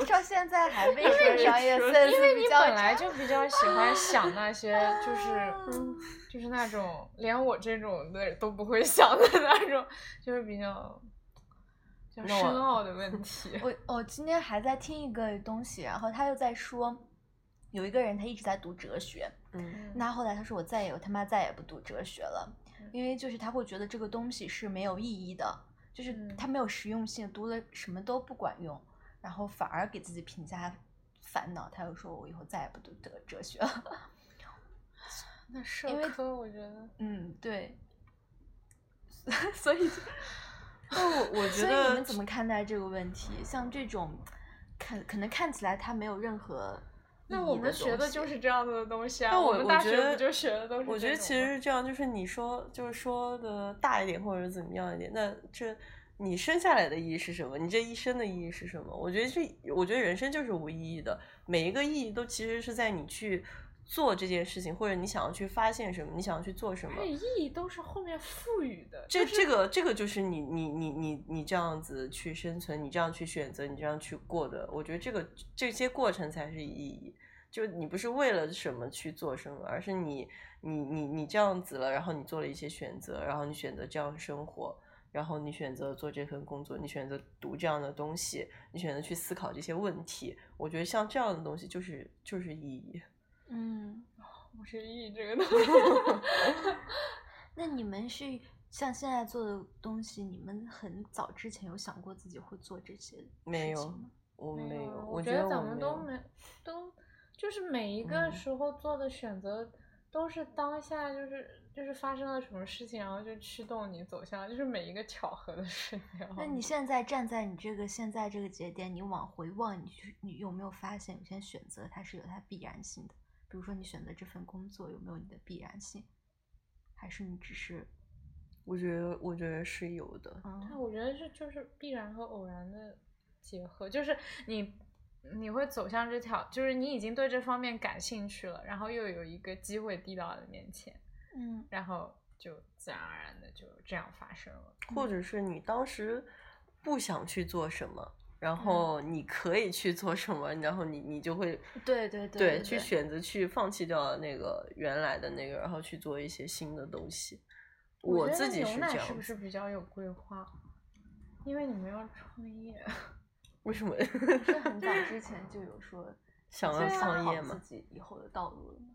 [SPEAKER 2] 到现在还被
[SPEAKER 3] 为
[SPEAKER 2] 说
[SPEAKER 3] 你
[SPEAKER 2] 商业
[SPEAKER 3] 说
[SPEAKER 2] sense
[SPEAKER 4] 你
[SPEAKER 2] 比较
[SPEAKER 4] 本来
[SPEAKER 2] 差。
[SPEAKER 4] 就比较嗯喜 欢想那些，就是就是那种连我这种的都不会想的那种，就是比较比较
[SPEAKER 3] 那我
[SPEAKER 4] 深奥的问 题。
[SPEAKER 2] 我我今天还在听一个东西，然后他又在说，有一个人他一直在读哲学，
[SPEAKER 3] 嗯
[SPEAKER 2] 那后来他说我再也我他妈再也不读哲学了，
[SPEAKER 4] 嗯
[SPEAKER 2] 因为就是他会觉得这个东西是没有意义的，就是
[SPEAKER 4] 嗯
[SPEAKER 2] 它没有实用性，读了什么都不管用，然后反而给自己评价烦恼。他又说我以后再也不读哲哲学了。
[SPEAKER 4] 那社
[SPEAKER 2] 因为
[SPEAKER 4] 科我觉得
[SPEAKER 2] 嗯，对。所 以就，
[SPEAKER 3] 那我我觉
[SPEAKER 2] 所以你
[SPEAKER 3] 得
[SPEAKER 2] 们怎么看待这个问题？像这种，看可能看起来它没有任何意义
[SPEAKER 4] 那我们
[SPEAKER 2] 的
[SPEAKER 4] 学
[SPEAKER 2] 东
[SPEAKER 4] 的
[SPEAKER 2] 西
[SPEAKER 4] 就是这样子的东西啊。
[SPEAKER 3] 但
[SPEAKER 4] 我
[SPEAKER 3] 我
[SPEAKER 4] 们
[SPEAKER 3] 我
[SPEAKER 4] 大
[SPEAKER 3] 觉
[SPEAKER 4] 学
[SPEAKER 3] 得
[SPEAKER 4] 不就学的都是
[SPEAKER 3] 我觉
[SPEAKER 4] 这
[SPEAKER 3] 得
[SPEAKER 4] 种
[SPEAKER 3] 其
[SPEAKER 4] 吗
[SPEAKER 3] 实是这样，就是你说就是说的大一点，或者是怎么样一点，那这你生下来的意义是什么？你这一生的意义是什么？我觉得这，我觉得人生就是无意义的，每一个意义都其实是在你去
[SPEAKER 6] 做这件事情，或者你想要去发现什么，你想要去做什么
[SPEAKER 4] 而，且意义都是后面赋予的。
[SPEAKER 6] 这
[SPEAKER 4] 就是
[SPEAKER 6] 这个这个就是你你你你你这样子去生存，你这样去选择，你这样去过的，我觉得这个这些过程才是意义。就你不是为了什么去做什么，而是你你你你这样子了，然后你做了一些选择，然后你选择这样生活，然后你选择做这份工作，你选择读这样的东西，你选择去思考这些问题。我觉得像这样的东西就是就是意义。
[SPEAKER 2] 嗯，
[SPEAKER 4] 我是意义这个东西。
[SPEAKER 2] 那你们是像现在做的东西，你们很早之前有想过自己会做这些
[SPEAKER 6] 没
[SPEAKER 2] 事
[SPEAKER 6] 有
[SPEAKER 2] 情吗？
[SPEAKER 6] 我没有，
[SPEAKER 4] 我
[SPEAKER 6] 觉
[SPEAKER 4] 得
[SPEAKER 6] 我
[SPEAKER 4] 咱们
[SPEAKER 6] 没
[SPEAKER 4] 都
[SPEAKER 6] 有
[SPEAKER 4] 没都就是每一个
[SPEAKER 6] 嗯
[SPEAKER 4] 时候做的选择都是当下就是。就是发生了什么事情，然后就驱动你走向，就是每一个巧合的事情。
[SPEAKER 2] 那
[SPEAKER 6] 嗯
[SPEAKER 2] 你现在站在你这个现在这个节点，你往回望，你去你有没有发现有些选择它是有它必然性的？比如说你选择这份工作，有没有你的必然性？还是你只是
[SPEAKER 6] 我觉得我觉得是有的。
[SPEAKER 4] 对，
[SPEAKER 2] 嗯
[SPEAKER 4] 我觉得是就是必然和偶然的结合，就是你你会走向这条，就是你已经对这方面感兴趣了，然后又有一个机会递到了面前，
[SPEAKER 2] 嗯
[SPEAKER 4] 然后就自然而然的就这样发生了。
[SPEAKER 6] 或者是你当时不想去做什么，然后你可以去做什么，然后你你就会
[SPEAKER 2] 对对对对
[SPEAKER 6] 去
[SPEAKER 2] 对
[SPEAKER 6] 选择去放弃掉那个原来的那个，然后去做一些新的东西。我
[SPEAKER 4] 觉得
[SPEAKER 6] 自己
[SPEAKER 4] 牛
[SPEAKER 6] 是这
[SPEAKER 4] 奶
[SPEAKER 6] 样
[SPEAKER 4] 是不
[SPEAKER 6] 子
[SPEAKER 4] 是比较有规划？因为你们要创 业，
[SPEAKER 6] 为什么
[SPEAKER 2] 是很早之前就有说
[SPEAKER 6] 想
[SPEAKER 4] 对
[SPEAKER 6] 要
[SPEAKER 4] 啊
[SPEAKER 6] 创业嘛？
[SPEAKER 2] 自己以后的道路了吗？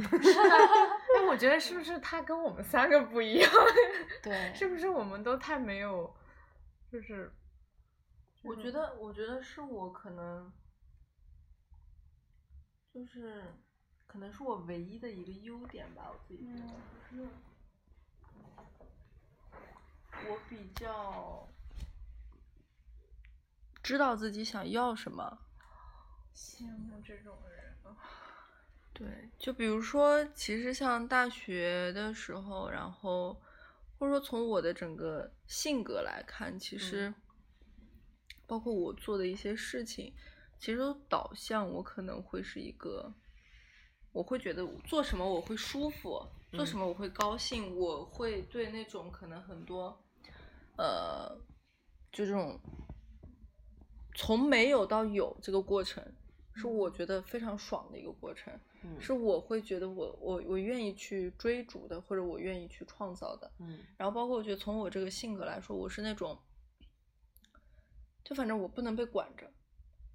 [SPEAKER 4] 哎，我觉得是不是他跟我们三个不一样？
[SPEAKER 2] 对
[SPEAKER 4] 是不是我们都太没有，就是
[SPEAKER 3] 我觉得，我觉得是我可能，就是可能是我唯一的一个优点吧，我自己觉得。嗯我比较知道自己想要什么，
[SPEAKER 4] 羡慕这种人。
[SPEAKER 3] 对，就比如说，其实像大学的时候，然后或者说从我的整个性格来看，其实包括我做的一些事情，其实都导向我可能会是一个，我会觉得我做什么我会舒服，做什
[SPEAKER 6] 嗯
[SPEAKER 3] 么我会高兴，我会对那种可能很多，呃，就这种从没有到有这个过程，是我觉得非常爽的一个过程。
[SPEAKER 6] 嗯
[SPEAKER 3] 是我会觉得我我我愿意去追逐的，或者我愿意去创造的。
[SPEAKER 6] 嗯
[SPEAKER 3] 然后包括我觉得从我这个性格来说，我是那种，就反正我不能被管着，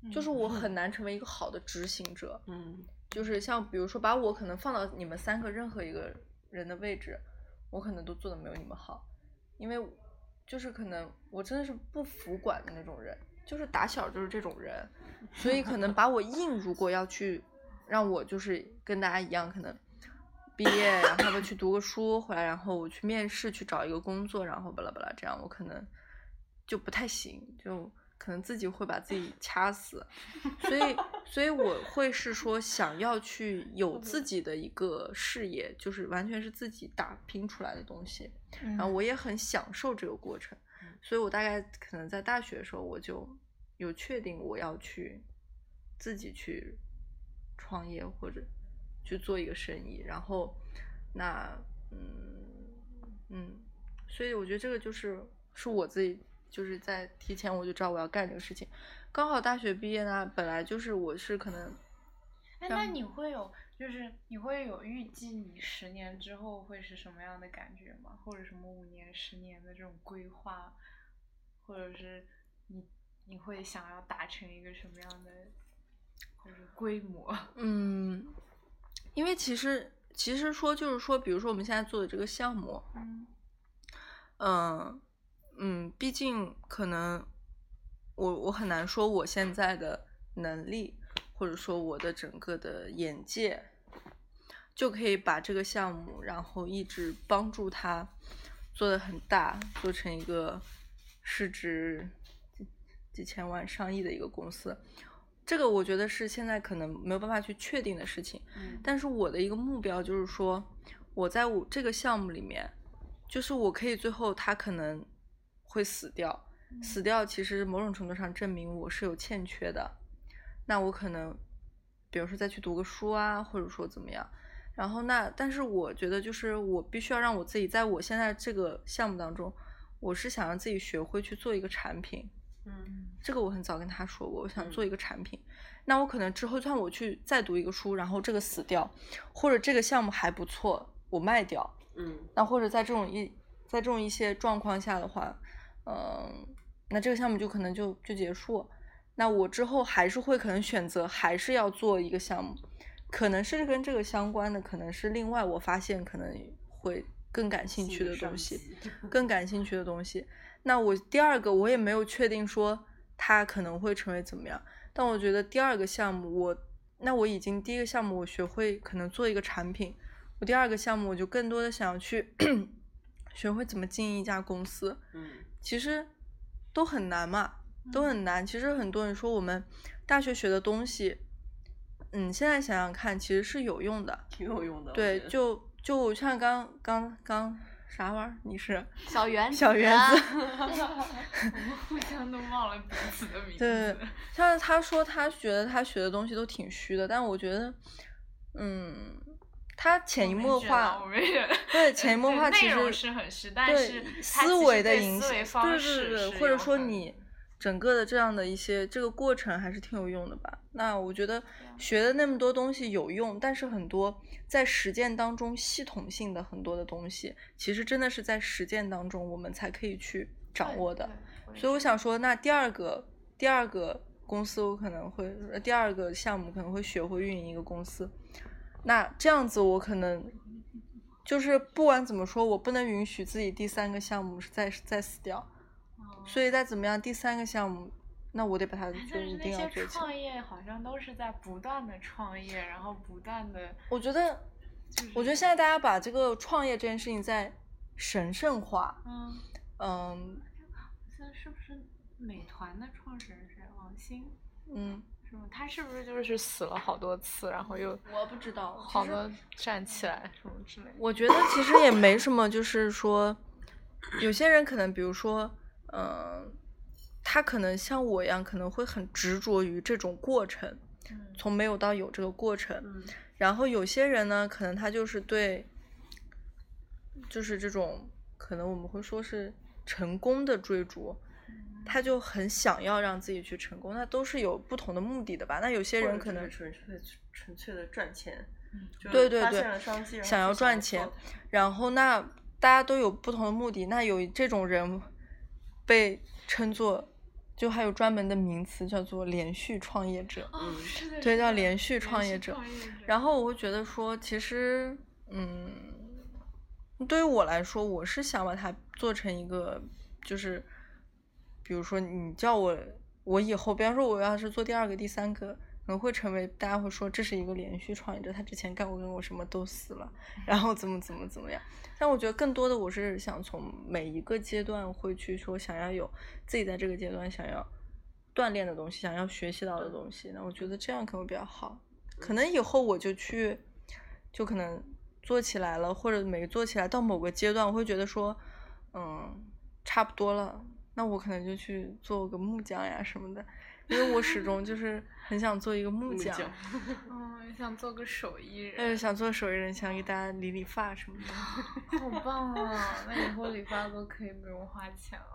[SPEAKER 3] 就是我很难成为一个好的执行者。
[SPEAKER 6] 嗯
[SPEAKER 3] 就是像比如说把我可能放到你们三个任何一个人的位置，我可能都做的没有你们好，因为就是可能我真的是不服管的那种人，就是打小就是这 种人，所以可能把我硬如果要去让我就是跟大家一样，可能毕业然后要不去读个书回来，然后我去面试去找一个工作，然后巴拉巴拉这样，我可能就不太行，就可能自己会把自己掐死。所以，所以我会是说，想要去有自己的一个事业，就是完全是自己打拼出来的东西。然后我也很享受这个过程，所以我大概可能在大学的时候，我就有确定我要去自己去创业或者去做一个生意。然后，那嗯嗯，所以我觉得这个就是是我自己就是在提前我就知道我要干这个事情。刚好大学毕业呢，本来就是我是可能
[SPEAKER 4] 哎，那
[SPEAKER 6] 嗯
[SPEAKER 4] 你会有，就是你会有预计你十年之后会是什么样的感觉吗？或者什么五年、十年的这种规划，或者是你你会想要达成一个什么样的，或者规模？
[SPEAKER 3] 嗯，因为其实其实说就是说，比如说我们现在做的这个项目，
[SPEAKER 4] 嗯
[SPEAKER 3] 嗯嗯，毕竟可能我我很难说我现在的能力，或者说我的整个的眼界，就可以把这个项目，然后一直帮助他做的很大，做成一个市值几几千万、上亿的一个公司。这个我觉得是现在可能没有办法去确定的事情，但是我的一个目标就是说，我在我这个项目里面，就是我可以最后他可能会死掉，死掉其实某种程度上证明我是有欠缺的，那我可能比如说再去读个书啊，或者说怎么样。然后那，但是我觉得就是我必须要让我自己在我现在这个项目当中，我是想让自己学会去做一个产品，
[SPEAKER 7] 嗯
[SPEAKER 3] 这个我很早跟他说过，我想
[SPEAKER 7] 嗯
[SPEAKER 3] 做一个产品。那我可能之后就算我去再读一个书，然后这个死掉，或者这个项目还不错，我卖掉，
[SPEAKER 7] 嗯
[SPEAKER 3] 那或者在这种一在这种一些状况下的话，嗯，那这个项目就可能就就结束。那我之后还是会可能选择还是要做一个项目，可能是跟这个相关的，可能是另外我发现可能会更感兴趣的东西。，更感兴趣的东西。那我第二个我也没有确定说它可能会成为怎么样，但我觉得第二个项目我，那我已经第一个项目我学会可能做一个产品，我第二个项目我就更多的想要去 学会怎么经营一家公司，
[SPEAKER 7] 嗯
[SPEAKER 3] 其实都很难嘛，都很难。其实很多人说我们大学学的东西，嗯，现在想想看其实是有用的，
[SPEAKER 7] 挺有用的。我
[SPEAKER 3] 对
[SPEAKER 7] 觉，得
[SPEAKER 3] 就就像刚刚刚啥玩意儿，你是？
[SPEAKER 8] 小圆
[SPEAKER 3] 小
[SPEAKER 8] 子
[SPEAKER 3] 圆子
[SPEAKER 4] 啊 我们互相都忘了彼此的名
[SPEAKER 3] 对
[SPEAKER 4] 字。，
[SPEAKER 3] 像他说他觉得他学的东西都挺虚的，但我觉得，嗯，他潜移
[SPEAKER 4] 我们
[SPEAKER 3] 默
[SPEAKER 4] 觉得
[SPEAKER 3] 化
[SPEAKER 4] 我，们也
[SPEAKER 3] 对潜移 默
[SPEAKER 4] 对
[SPEAKER 3] 化其
[SPEAKER 4] 内容
[SPEAKER 3] 实
[SPEAKER 4] 是很实但
[SPEAKER 3] 对
[SPEAKER 4] 是它其
[SPEAKER 3] 思
[SPEAKER 4] 实
[SPEAKER 3] 维的
[SPEAKER 4] 对
[SPEAKER 3] 影
[SPEAKER 4] 思
[SPEAKER 3] 响，
[SPEAKER 4] 维方
[SPEAKER 3] 对对
[SPEAKER 4] 式
[SPEAKER 3] 对
[SPEAKER 4] 是
[SPEAKER 3] 对，或者
[SPEAKER 4] 有
[SPEAKER 3] 说
[SPEAKER 4] 很
[SPEAKER 3] 你整个的这样的一些这个过程还是挺有用的吧。那我觉得
[SPEAKER 4] 啊
[SPEAKER 3] 学的那么多东西有用，但是很多在实践当中系统性的很多的东西，其实真的是在实践当中我们才可以去掌握的。，
[SPEAKER 4] 对
[SPEAKER 3] 所以我，想说，那第二个第二个公司，我可能会呃第二个项目可能会学会运营一个公司。那这样子，我可能就是不管怎么说，我不能允许自己第三个项目是再再死掉。所以再怎么样，第三个项目，那我得把它
[SPEAKER 4] 我也是
[SPEAKER 3] 就
[SPEAKER 4] 但
[SPEAKER 3] 一
[SPEAKER 4] 是
[SPEAKER 3] 定
[SPEAKER 4] 哦哎那
[SPEAKER 3] 要
[SPEAKER 4] 些
[SPEAKER 3] 做起来。
[SPEAKER 4] 创业好像都是在不断的创业，然后不断的，
[SPEAKER 3] 我觉得，我
[SPEAKER 4] 嗯
[SPEAKER 3] 觉得现在大家把这个创业这件事情在神圣化，
[SPEAKER 4] 嗯，
[SPEAKER 3] 嗯
[SPEAKER 4] 现在是不是美团的创始人是王兴？
[SPEAKER 3] 嗯，
[SPEAKER 4] 是吗？他是不是就是死了好多次，然后又
[SPEAKER 3] 嗯我不知道其
[SPEAKER 4] 好
[SPEAKER 3] 实
[SPEAKER 4] 多站起来什么之类的？
[SPEAKER 3] 我觉得其实也没什么，就是说，有些人可能，比如说，嗯、他可能像我一样，可能会很执着于这种过程，
[SPEAKER 4] 嗯
[SPEAKER 3] 从没有到有这个过程。
[SPEAKER 7] 嗯
[SPEAKER 3] 然后有些人呢，可能他就是对，就是这种，可能我们会说是成功的追逐，
[SPEAKER 7] 嗯
[SPEAKER 3] 他就很想要让自己去成功，那都是有不同的目的的吧。那有些
[SPEAKER 7] 或
[SPEAKER 3] 人
[SPEAKER 7] 者
[SPEAKER 3] 可
[SPEAKER 7] 就是
[SPEAKER 3] 能
[SPEAKER 7] 纯粹纯粹的赚钱
[SPEAKER 4] 嗯，
[SPEAKER 7] 就是
[SPEAKER 3] 对对
[SPEAKER 7] 发
[SPEAKER 3] 对
[SPEAKER 7] 现了商机，然后
[SPEAKER 3] 想
[SPEAKER 7] 就
[SPEAKER 3] 要
[SPEAKER 7] 想
[SPEAKER 3] 赚
[SPEAKER 7] 做
[SPEAKER 3] 钱
[SPEAKER 7] 它
[SPEAKER 3] 然后那大家都有不同的目的，那有这种人被称作，就还有专门的名词叫做连续创业者。
[SPEAKER 4] 哦，是的，
[SPEAKER 3] 对
[SPEAKER 4] 是
[SPEAKER 3] 叫
[SPEAKER 4] 的
[SPEAKER 3] 连续创业者
[SPEAKER 4] 创业者。
[SPEAKER 3] 然后我会觉得说，其实，嗯，对于我来说，我是想把它做成一个，就是，比如说你叫我，我以后，比方说我要是做第二个、第三个，可能会成为大家会说这是一个连续创业者，他之前干过跟我什么都死了，然后怎么怎么怎么样。但我觉得更多的我是想从每一个阶段会去说，想要有自己在这个阶段想要锻炼的东西，想要学习到的东西。那我觉得这样可能比较好。可能以后我就去，就可能做起来了，或者没做起来，到某个阶段，我会觉得说，嗯，差不多了，那我可能就去做个木匠呀什么的，因为我始终就是很想做一个木
[SPEAKER 7] 木
[SPEAKER 3] 匠，
[SPEAKER 7] 匠
[SPEAKER 4] 嗯，想做个手艺
[SPEAKER 3] 但是
[SPEAKER 4] 人，
[SPEAKER 3] 想做手艺人，想给大家理理发什么的。
[SPEAKER 4] 好棒啊！那以后理发都可以不用花钱 了。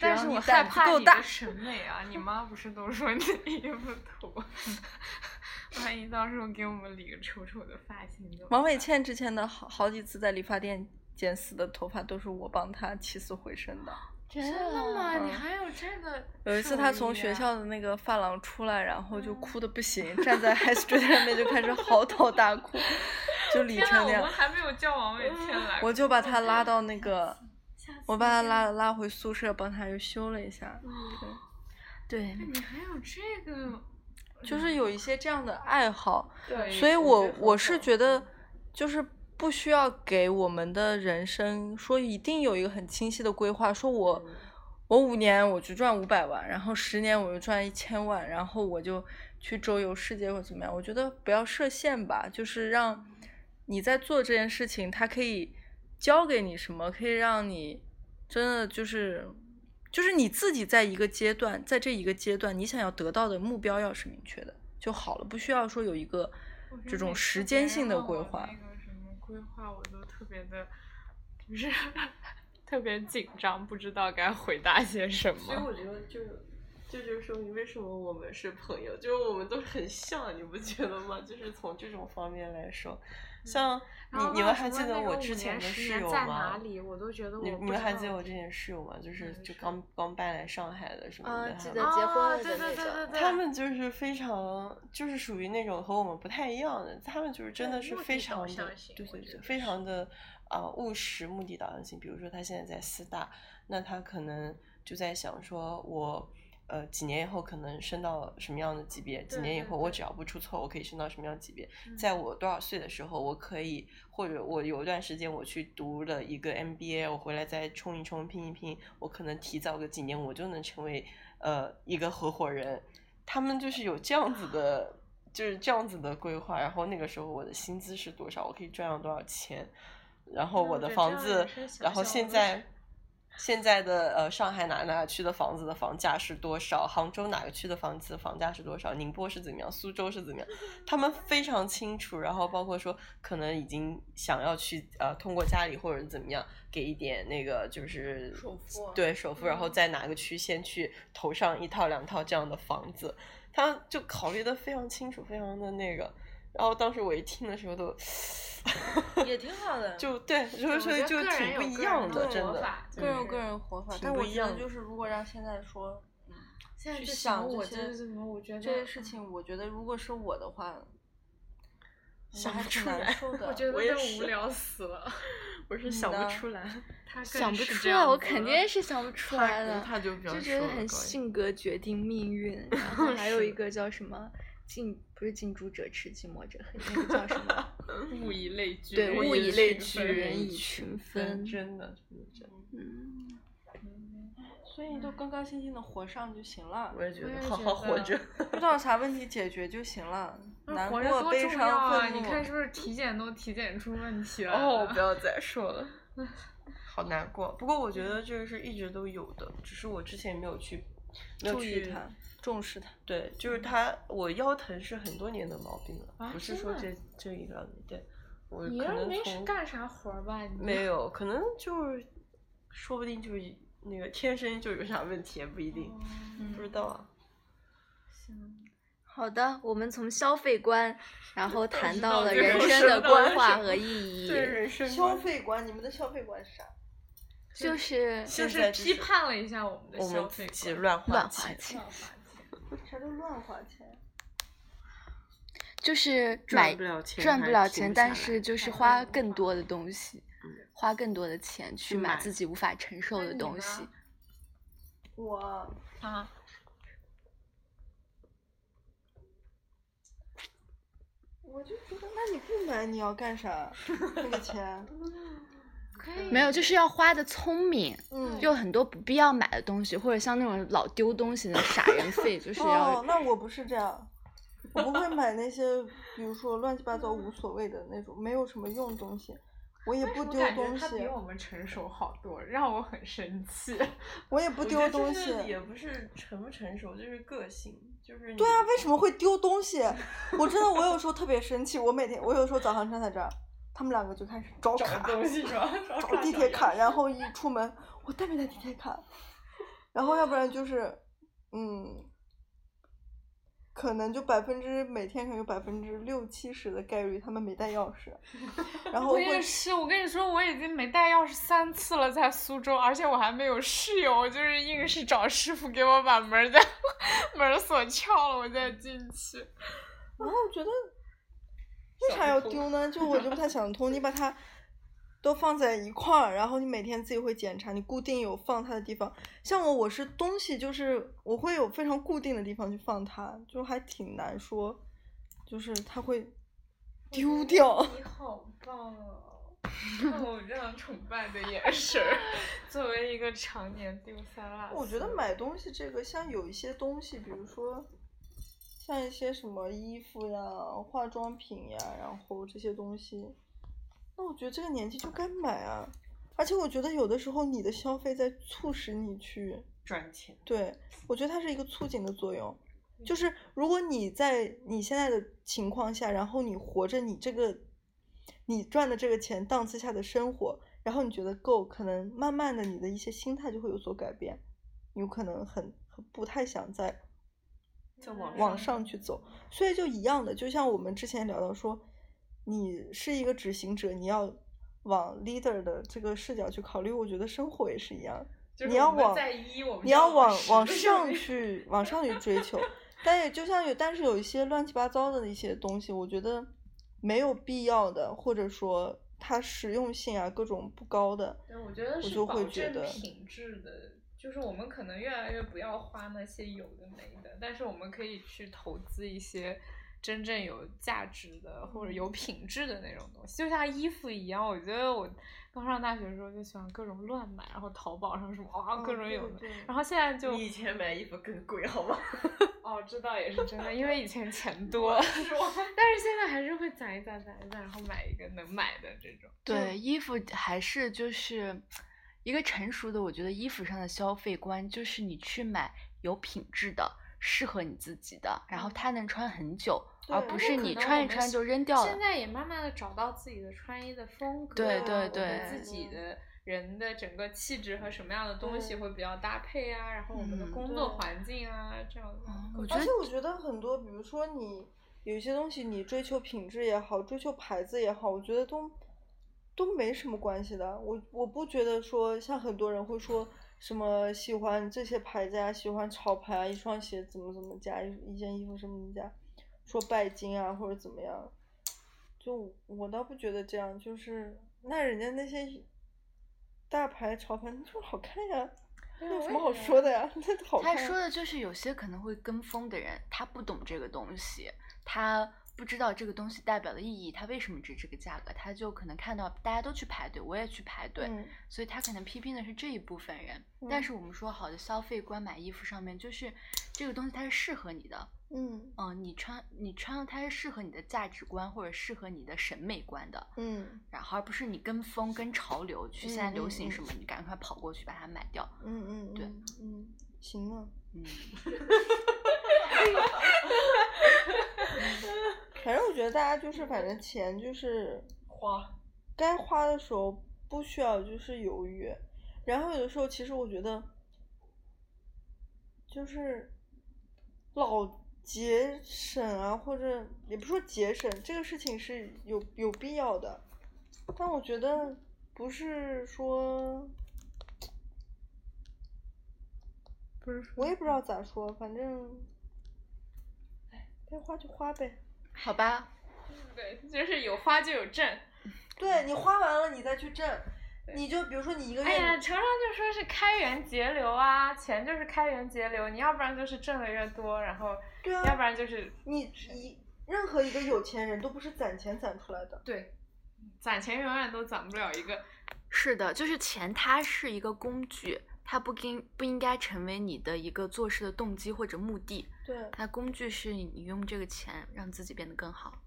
[SPEAKER 4] 但
[SPEAKER 3] 要
[SPEAKER 4] 是
[SPEAKER 3] 你
[SPEAKER 4] 我害
[SPEAKER 3] 胆子
[SPEAKER 4] 怕
[SPEAKER 3] 够
[SPEAKER 4] 你
[SPEAKER 3] 大
[SPEAKER 4] 的审美啊！你妈不是都说你的衣服土， 万一到时候给我们理个丑丑的发型怎么
[SPEAKER 3] 王伟
[SPEAKER 4] 办
[SPEAKER 3] 倩之前的好好几次在理发店剪死的头发，都是我帮她起死回生的。
[SPEAKER 4] 真的吗？你
[SPEAKER 3] 嗯
[SPEAKER 4] 还有这 个？啊
[SPEAKER 3] 有一次她从学，校的那个发廊出来，然后
[SPEAKER 4] 嗯
[SPEAKER 3] 就哭的不行，站在 High Street 上面就开始嚎啕大哭，就理
[SPEAKER 4] 天
[SPEAKER 3] 成那
[SPEAKER 4] 呐，我
[SPEAKER 3] 样
[SPEAKER 4] 们。还没有叫 王伟倩来。
[SPEAKER 3] 我就把她拉到那个，
[SPEAKER 4] 下次
[SPEAKER 3] 我把她
[SPEAKER 4] 见
[SPEAKER 3] 拉拉回宿舍，帮她又修了一下。
[SPEAKER 4] 哦
[SPEAKER 3] 对，
[SPEAKER 4] 你还有这个，
[SPEAKER 3] 对，就是有一些这样的
[SPEAKER 4] 嗯
[SPEAKER 3] 爱好。
[SPEAKER 4] 对嗯
[SPEAKER 3] 所以
[SPEAKER 7] 我觉
[SPEAKER 3] 我
[SPEAKER 7] 得很
[SPEAKER 3] 我是
[SPEAKER 7] 好
[SPEAKER 3] 觉得，就是不需要给我们的人生说一定有一个很清晰的规划，说我、
[SPEAKER 7] 嗯
[SPEAKER 3] 我五年我就赚五百万，然后十年我就赚一千万，然后我就去周游世界或怎么样。我觉得不要设限吧，就是让你在做这件事情，它可以教给你什么，可以让你真的就是。就是你自己在一个阶段，在这一个阶段，你想要得到的目标要是明确的。就好了，不需要说有一个
[SPEAKER 4] 我觉
[SPEAKER 3] 这
[SPEAKER 4] 得每
[SPEAKER 3] 种
[SPEAKER 4] 次
[SPEAKER 3] 时
[SPEAKER 4] 别
[SPEAKER 3] 间
[SPEAKER 4] 人
[SPEAKER 3] 性的
[SPEAKER 4] 问
[SPEAKER 3] 规
[SPEAKER 4] 我
[SPEAKER 3] 划。
[SPEAKER 4] 那个什么规划我都特别的，就是 特别紧张，不知道该回答些什
[SPEAKER 7] 所以
[SPEAKER 4] 么。
[SPEAKER 7] 我觉得就是。这就是说明为什么我们是朋友，就是我们都是很像，你不觉得吗？就是从这种方面来说，像
[SPEAKER 4] 嗯然后
[SPEAKER 7] 你你
[SPEAKER 4] 问
[SPEAKER 7] 们
[SPEAKER 4] 什
[SPEAKER 7] 还
[SPEAKER 4] 么
[SPEAKER 7] 记得
[SPEAKER 4] 那个
[SPEAKER 7] 我
[SPEAKER 4] 五
[SPEAKER 7] 之前
[SPEAKER 4] 年
[SPEAKER 7] 的
[SPEAKER 4] 十
[SPEAKER 7] 室
[SPEAKER 4] 年
[SPEAKER 7] 友
[SPEAKER 4] 在哪
[SPEAKER 7] 吗
[SPEAKER 4] 里我都觉得
[SPEAKER 7] 你
[SPEAKER 4] 我不
[SPEAKER 7] 你们
[SPEAKER 4] 知
[SPEAKER 7] 还记得
[SPEAKER 4] 道
[SPEAKER 7] 我之前室友吗？就是
[SPEAKER 4] 嗯
[SPEAKER 7] 就是刚刚搬来上海的什么
[SPEAKER 5] 啊
[SPEAKER 7] 的，
[SPEAKER 5] 记
[SPEAKER 7] 还
[SPEAKER 5] 得
[SPEAKER 7] 蛮
[SPEAKER 5] 结婚
[SPEAKER 4] 哦，
[SPEAKER 5] 了的
[SPEAKER 4] 对对
[SPEAKER 5] 那
[SPEAKER 4] 对
[SPEAKER 5] 种
[SPEAKER 4] 对对，
[SPEAKER 7] 他们就是非常，就是属于那种和我们不太一样的，他们就是真
[SPEAKER 4] 对
[SPEAKER 7] 的是
[SPEAKER 4] 目
[SPEAKER 7] 非
[SPEAKER 4] 的导
[SPEAKER 7] 常
[SPEAKER 4] 向
[SPEAKER 7] 的
[SPEAKER 4] 型，
[SPEAKER 7] 对
[SPEAKER 4] 我
[SPEAKER 7] 对
[SPEAKER 4] 觉
[SPEAKER 7] 对，
[SPEAKER 4] 得
[SPEAKER 7] 非
[SPEAKER 4] 是
[SPEAKER 7] 常的啊、呃务实目的导向型。比如说他现在在师大，那他可能就在想说我。呃，几年以后可能升到什么样的级别？几
[SPEAKER 4] 对
[SPEAKER 7] 年以
[SPEAKER 4] 对
[SPEAKER 7] 后我
[SPEAKER 4] 对
[SPEAKER 7] 只要不出错，我可以升到什么样级别？
[SPEAKER 4] 嗯
[SPEAKER 7] 在我多少岁的时候，我可以或者我有一段时间我去读了一个 MBA，我回来再冲一冲、拼一拼，我可能提早个几年我就能成为呃一个合伙人。他们就是有这样子的，就是这样子的规划。然后那个时候我的薪资是多少，我可以赚到多少钱，然后
[SPEAKER 4] 那
[SPEAKER 7] 我
[SPEAKER 4] 我
[SPEAKER 7] 的
[SPEAKER 4] 觉得
[SPEAKER 7] 房
[SPEAKER 4] 嗯这样
[SPEAKER 7] 子
[SPEAKER 4] 也是，小
[SPEAKER 7] 然后
[SPEAKER 4] 小
[SPEAKER 7] 现
[SPEAKER 4] 务
[SPEAKER 7] 在
[SPEAKER 4] 实。
[SPEAKER 7] 现在的呃，上海哪哪个区的房子的房价是多少？杭州哪个区的房子房价是多少？宁波是怎么样？苏州是怎 么样？他们非常清楚，然后包括说可能已经想要去呃，通过家里或者怎么样给一点那个就是
[SPEAKER 3] 首付啊
[SPEAKER 7] 对首付，然后
[SPEAKER 4] 嗯
[SPEAKER 7] 在哪个区先去投上一套两套这样的房子，他就考虑的非常清楚，非常的那个。然后当时我一听的时候都，
[SPEAKER 3] 也挺好的。
[SPEAKER 7] 就对，所以
[SPEAKER 4] 我
[SPEAKER 7] 所
[SPEAKER 4] 觉
[SPEAKER 7] 以
[SPEAKER 4] 得
[SPEAKER 7] 就
[SPEAKER 4] 个人
[SPEAKER 7] 挺
[SPEAKER 4] 有
[SPEAKER 7] 不一
[SPEAKER 4] 个人
[SPEAKER 7] 样
[SPEAKER 4] 的
[SPEAKER 7] 的，真
[SPEAKER 4] 活
[SPEAKER 7] 的
[SPEAKER 4] 法。
[SPEAKER 3] 各
[SPEAKER 4] 就
[SPEAKER 3] 人
[SPEAKER 7] 嗯
[SPEAKER 3] 有各人活法
[SPEAKER 7] 挺，
[SPEAKER 3] 但
[SPEAKER 7] 不
[SPEAKER 3] 我
[SPEAKER 7] 一
[SPEAKER 3] 觉得
[SPEAKER 7] 样
[SPEAKER 3] 就是，如果让现在说，嗯，
[SPEAKER 4] 现在
[SPEAKER 3] 去
[SPEAKER 4] 就
[SPEAKER 3] 想
[SPEAKER 4] 我
[SPEAKER 3] 这
[SPEAKER 4] 这
[SPEAKER 3] 些
[SPEAKER 4] 是怎么，我觉得
[SPEAKER 3] 这些事，情，我觉得如果是我的话，我
[SPEAKER 7] 想
[SPEAKER 3] 还
[SPEAKER 7] 不
[SPEAKER 3] 挺
[SPEAKER 7] 出
[SPEAKER 3] 难
[SPEAKER 7] 来
[SPEAKER 3] 受 的。
[SPEAKER 4] 我觉得
[SPEAKER 7] 也
[SPEAKER 4] 这无
[SPEAKER 7] 是
[SPEAKER 4] 聊死了。
[SPEAKER 7] 我是
[SPEAKER 3] 你
[SPEAKER 7] 想嗯不
[SPEAKER 3] 呢
[SPEAKER 7] 出来，
[SPEAKER 4] 他更
[SPEAKER 5] 想不
[SPEAKER 4] 是
[SPEAKER 5] 出
[SPEAKER 4] 这
[SPEAKER 5] 来，
[SPEAKER 4] 样
[SPEAKER 5] 我
[SPEAKER 4] 子
[SPEAKER 5] 肯
[SPEAKER 4] 了
[SPEAKER 5] 定是想不出来
[SPEAKER 7] 他
[SPEAKER 5] 的。
[SPEAKER 7] 他就比较
[SPEAKER 5] 就觉得
[SPEAKER 7] 说了
[SPEAKER 5] 很
[SPEAKER 7] 高一点
[SPEAKER 5] 性格决定命运，然后还有
[SPEAKER 7] 是
[SPEAKER 5] 一个叫什么近不是近朱者赤，近墨者 黑，那个叫什么？
[SPEAKER 4] 物以类聚，
[SPEAKER 5] 对，
[SPEAKER 7] 人
[SPEAKER 5] 物
[SPEAKER 7] 以
[SPEAKER 5] 以
[SPEAKER 7] 类
[SPEAKER 5] 类
[SPEAKER 7] 聚
[SPEAKER 5] 聚，
[SPEAKER 7] 人
[SPEAKER 5] 人
[SPEAKER 7] 以
[SPEAKER 5] 以群
[SPEAKER 7] 真
[SPEAKER 5] 分。
[SPEAKER 7] 真的真的真的，
[SPEAKER 5] 嗯，
[SPEAKER 3] 所以就高高兴兴的活上就行了
[SPEAKER 7] 我，也觉
[SPEAKER 4] 我也
[SPEAKER 7] 得好
[SPEAKER 4] 觉
[SPEAKER 7] 好活
[SPEAKER 4] 得
[SPEAKER 7] 着。
[SPEAKER 3] 遇到啥问题解决就行 了。
[SPEAKER 4] 那
[SPEAKER 3] 难
[SPEAKER 4] 活着多
[SPEAKER 3] 过、悲
[SPEAKER 4] 重要
[SPEAKER 3] 伤、
[SPEAKER 4] 啊！
[SPEAKER 3] 愤
[SPEAKER 4] 你
[SPEAKER 3] 怒，
[SPEAKER 4] 看是不是体检都体检出问题了？啊
[SPEAKER 7] 哦，不要再说了，好难过。不过我觉得这个是一直都有的，只是我之前没有去，没有
[SPEAKER 3] 注意
[SPEAKER 7] 去
[SPEAKER 3] 它，重视它。
[SPEAKER 7] 对，就是它，我腰疼是很多年的毛病了，
[SPEAKER 4] 嗯啊
[SPEAKER 7] 不是
[SPEAKER 4] 真
[SPEAKER 7] 说
[SPEAKER 4] 的
[SPEAKER 7] 这这一两年。对，我
[SPEAKER 4] 你
[SPEAKER 7] 可
[SPEAKER 4] 要
[SPEAKER 7] 能
[SPEAKER 4] 没事
[SPEAKER 7] 从
[SPEAKER 4] 干啥活儿吧？你
[SPEAKER 7] 没有，可能就是，说不定就是那个天生就有啥问题，也不一
[SPEAKER 4] 哦
[SPEAKER 7] 定，
[SPEAKER 4] 嗯
[SPEAKER 7] 不知道啊。
[SPEAKER 5] 好的，我们从消费观，然后谈
[SPEAKER 7] 知
[SPEAKER 5] 到
[SPEAKER 7] 道
[SPEAKER 5] 了
[SPEAKER 7] 最
[SPEAKER 5] 人
[SPEAKER 7] 后
[SPEAKER 5] 生
[SPEAKER 7] 说
[SPEAKER 5] 的
[SPEAKER 7] 到了
[SPEAKER 5] 规划
[SPEAKER 7] 什么
[SPEAKER 5] 和
[SPEAKER 4] 嗯
[SPEAKER 5] 意义，
[SPEAKER 7] 对人生
[SPEAKER 3] 消
[SPEAKER 7] 观
[SPEAKER 3] 费观，你们的消费观是啥？
[SPEAKER 5] 就是
[SPEAKER 4] 就
[SPEAKER 7] 现
[SPEAKER 4] 是
[SPEAKER 7] 在就
[SPEAKER 4] 批
[SPEAKER 7] 是
[SPEAKER 4] 判了一下我们的
[SPEAKER 7] 我
[SPEAKER 4] 消
[SPEAKER 7] 们自
[SPEAKER 4] 费
[SPEAKER 7] 己
[SPEAKER 4] 观。
[SPEAKER 7] 乱花
[SPEAKER 5] 乱花钱。
[SPEAKER 3] 啥叫乱花钱？
[SPEAKER 5] 就是
[SPEAKER 7] 赚
[SPEAKER 5] 买
[SPEAKER 7] 不了钱
[SPEAKER 5] 赚
[SPEAKER 7] 还
[SPEAKER 5] 不了
[SPEAKER 7] 停
[SPEAKER 5] 钱，
[SPEAKER 7] 不
[SPEAKER 5] 但
[SPEAKER 7] 下来嗯
[SPEAKER 5] 是就是
[SPEAKER 4] 买
[SPEAKER 5] 花
[SPEAKER 4] 更多
[SPEAKER 5] 更多
[SPEAKER 4] 花
[SPEAKER 5] 的东西，花更多的钱去
[SPEAKER 7] 去
[SPEAKER 5] 买
[SPEAKER 7] 买
[SPEAKER 5] 自己无法承受
[SPEAKER 4] 那
[SPEAKER 5] 的
[SPEAKER 4] 你
[SPEAKER 5] 东
[SPEAKER 4] 呢
[SPEAKER 5] 西。
[SPEAKER 3] 我
[SPEAKER 4] 啊，
[SPEAKER 3] 我就觉得，那你不买你要干啥？那个 钱，
[SPEAKER 4] 可以
[SPEAKER 5] 没有，就是要花的聪明，
[SPEAKER 3] 嗯，
[SPEAKER 5] 就很多不必要买的东西，或者像那种老丢东西的傻人费，就是
[SPEAKER 3] 哦
[SPEAKER 5] 要，
[SPEAKER 3] 那我不是这样，我不会买那些，比如说乱七八糟无所谓的那种没有什么用的东西，我也
[SPEAKER 4] 为什
[SPEAKER 3] 不
[SPEAKER 4] 么
[SPEAKER 3] 丢
[SPEAKER 4] 感觉
[SPEAKER 3] 东
[SPEAKER 4] 他比
[SPEAKER 3] 西，
[SPEAKER 4] 我们成熟好多，让我很生气。
[SPEAKER 3] 我也不
[SPEAKER 7] 我觉
[SPEAKER 3] 丢
[SPEAKER 7] 得
[SPEAKER 3] 东
[SPEAKER 7] 这
[SPEAKER 3] 西
[SPEAKER 7] 是。也不是成不成熟，就是个性，就是
[SPEAKER 3] 对啊，为
[SPEAKER 7] 么？
[SPEAKER 3] 什么会丢东西？我真的，我有时候特别生气。我每天，我有时候早上站在这儿，他们两个就开始找
[SPEAKER 7] 找
[SPEAKER 3] 卡，
[SPEAKER 7] 东西 是吧？找
[SPEAKER 3] 找地铁卡，然后一出门，我带没带地铁卡？然后要不然就是，嗯，可能就百分之每天可能有百分之六七十的概率他们没带钥 匙，然后
[SPEAKER 4] 我
[SPEAKER 3] 会
[SPEAKER 4] 也是，我跟你说，我已经没带钥匙三次了，在苏州，而且我还没有室友，我就是硬是找师傅给我把门儿的 门儿锁撬了，我再进去。
[SPEAKER 3] 然后我觉得为啥要丢呢？就我就不太想通。你把它都放在一块儿，然后你每天自己会检查，你固定有放它的地方。像我，我是东西就是我会有非常固定的地方去放它，就还挺难说，就是它会丢掉。
[SPEAKER 4] 你好棒哦！ 看我这样崇拜的眼神儿， 作为一个常年丢三落四，
[SPEAKER 3] 我觉得买东西这个，像有一些东西，比如说像一些什么衣服呀、化妆品呀，然后这些东西，那我觉得这个年纪就该买啊。而且我觉得有的时候你的消费在促使你去，
[SPEAKER 7] 赚钱。
[SPEAKER 3] 对我觉得它是一个促进的作用。就是如果你在你现在的情况下，然后你活着你这个你赚的这个钱档次下的生活，然后你觉得够，可能慢慢的你的一些心态就会有所改变，有可能很很不太想再
[SPEAKER 7] 就往
[SPEAKER 4] 啊
[SPEAKER 3] 往上去走。所以就一样的，就像我们之前聊到说，你是一个执行者，你要往 leader 的这个视角去考虑，我觉得生活也是一样。
[SPEAKER 4] 就是
[SPEAKER 3] 你要
[SPEAKER 4] 我们
[SPEAKER 3] 往
[SPEAKER 4] 在一，我们
[SPEAKER 3] 你
[SPEAKER 4] 就
[SPEAKER 3] 要往
[SPEAKER 4] 十
[SPEAKER 3] 往
[SPEAKER 4] 的
[SPEAKER 3] 上
[SPEAKER 4] 面
[SPEAKER 3] 去，往上去追 求。但也就像有，但是有一些乱七八糟的一些东西，我觉得没有必要的，或者说它实用性啊各种不高的，
[SPEAKER 4] 对，我觉得
[SPEAKER 3] 我
[SPEAKER 4] 是
[SPEAKER 3] 就
[SPEAKER 4] 保
[SPEAKER 3] 会
[SPEAKER 4] 证
[SPEAKER 3] 觉得
[SPEAKER 4] 品质的，就是我们可能越来越不要花那些有的没的，但是我们可以去投资一些真正有价值的或者有
[SPEAKER 3] 嗯
[SPEAKER 4] 品质的那种东西，就像衣服一样。我觉得我刚上大学的时候就喜欢各种乱买，然后淘宝上什么哇
[SPEAKER 3] 嗯
[SPEAKER 4] 各种有的，
[SPEAKER 3] 对对
[SPEAKER 4] 然后现在就
[SPEAKER 7] 你以前买衣服更贵，好吗？
[SPEAKER 4] 哦，这倒也是真的，因为以 前钱多， 但是现在还是会攒一攒攒一攒，然后买一个能买的这种。
[SPEAKER 5] 对，衣服还是就是一个成熟的，我觉得衣服上的消费观就是你去买有品质的、适合你自己的，然后
[SPEAKER 3] 嗯
[SPEAKER 5] 它能穿很久，而
[SPEAKER 3] 对
[SPEAKER 5] 不
[SPEAKER 3] 那
[SPEAKER 5] 是
[SPEAKER 4] 可
[SPEAKER 5] 你
[SPEAKER 4] 能
[SPEAKER 5] 穿
[SPEAKER 4] 我
[SPEAKER 5] 一
[SPEAKER 4] 们
[SPEAKER 5] 穿
[SPEAKER 4] 是
[SPEAKER 5] 就扔掉了
[SPEAKER 4] 现。在也慢慢的找到自己的穿衣的风格，
[SPEAKER 5] 对
[SPEAKER 4] 然后
[SPEAKER 5] 对
[SPEAKER 4] 我们
[SPEAKER 5] 对
[SPEAKER 4] 自己的人的整个气质和什么样的东西
[SPEAKER 3] 对
[SPEAKER 4] 会比较搭配啊，然后我们的
[SPEAKER 5] 嗯
[SPEAKER 4] 工作
[SPEAKER 3] 对
[SPEAKER 4] 环境啊，这样子。
[SPEAKER 5] 嗯我觉
[SPEAKER 3] 而
[SPEAKER 5] 得
[SPEAKER 3] 且我觉得很多，比如说你有一些东西，你追求品质也好，追求牌子也好，我觉得都都没什么关系的。我我不觉得说像很多人会说什么喜欢这些牌子啊，喜欢潮牌啊，一双鞋怎么怎么加，一一件衣服什么怎么加，说拜金啊或者怎么样。就我倒不觉得这样，就是那人家那些大牌潮牌那就是好看呀，那有什么好说的呀？ 那好看
[SPEAKER 5] 他
[SPEAKER 3] 啊。
[SPEAKER 5] 说的就是有些可能会跟风的人，他不懂这个东西，他不知道这个东西代表的意义，他为什么值这个价格，他就可能看到大家都去排队，我也去排队，
[SPEAKER 3] 嗯
[SPEAKER 5] 所以他可能批评的是这一部分人。但
[SPEAKER 3] 嗯
[SPEAKER 5] 是我们说好的消费观，买衣服上面就是这个东西它是适合你的，
[SPEAKER 3] 嗯
[SPEAKER 5] 嗯、你穿你穿了它是适合你的价值观或者适合你的审美观的，
[SPEAKER 3] 嗯
[SPEAKER 5] 然后而不是你跟风跟潮流去现在
[SPEAKER 3] 嗯
[SPEAKER 5] 流
[SPEAKER 3] 嗯
[SPEAKER 5] 行
[SPEAKER 3] 嗯
[SPEAKER 5] 什么，你赶快跑过去把它买掉。
[SPEAKER 3] 嗯嗯，
[SPEAKER 5] 对
[SPEAKER 3] 嗯，嗯，行了。
[SPEAKER 5] 嗯，
[SPEAKER 3] 反正我觉得大家就是，反正钱就是
[SPEAKER 7] 花，
[SPEAKER 3] 该花的时候不需要就是犹豫，然后有的时候其实我觉得就是老节省啊，或者也不说节省，这个事情是有有必要的，但我觉得不是说，
[SPEAKER 4] 不是
[SPEAKER 3] 我也不
[SPEAKER 5] 嗯
[SPEAKER 3] 知道咋说，反正，哎，该花就花呗。
[SPEAKER 5] 好吧，
[SPEAKER 4] 对，就是有花就有挣。
[SPEAKER 3] 对你花完了，你再去挣，
[SPEAKER 4] 对
[SPEAKER 3] 你就比如说你一个月，
[SPEAKER 4] 哎呀，常常就说是开源节流啊，钱就是开源节流，你要不然就是挣的越多，然后
[SPEAKER 3] 对啊，
[SPEAKER 4] 要不然就是
[SPEAKER 3] 你一任何一个有钱人都不是攒钱攒出来的，
[SPEAKER 4] 对，攒钱永远都攒不了一个
[SPEAKER 5] 是的，就是钱它是一个工具，它不应不应该成为你的一个做事的动机或者目的。
[SPEAKER 3] 对，
[SPEAKER 5] 它工具是你用这个钱让自己变得更好，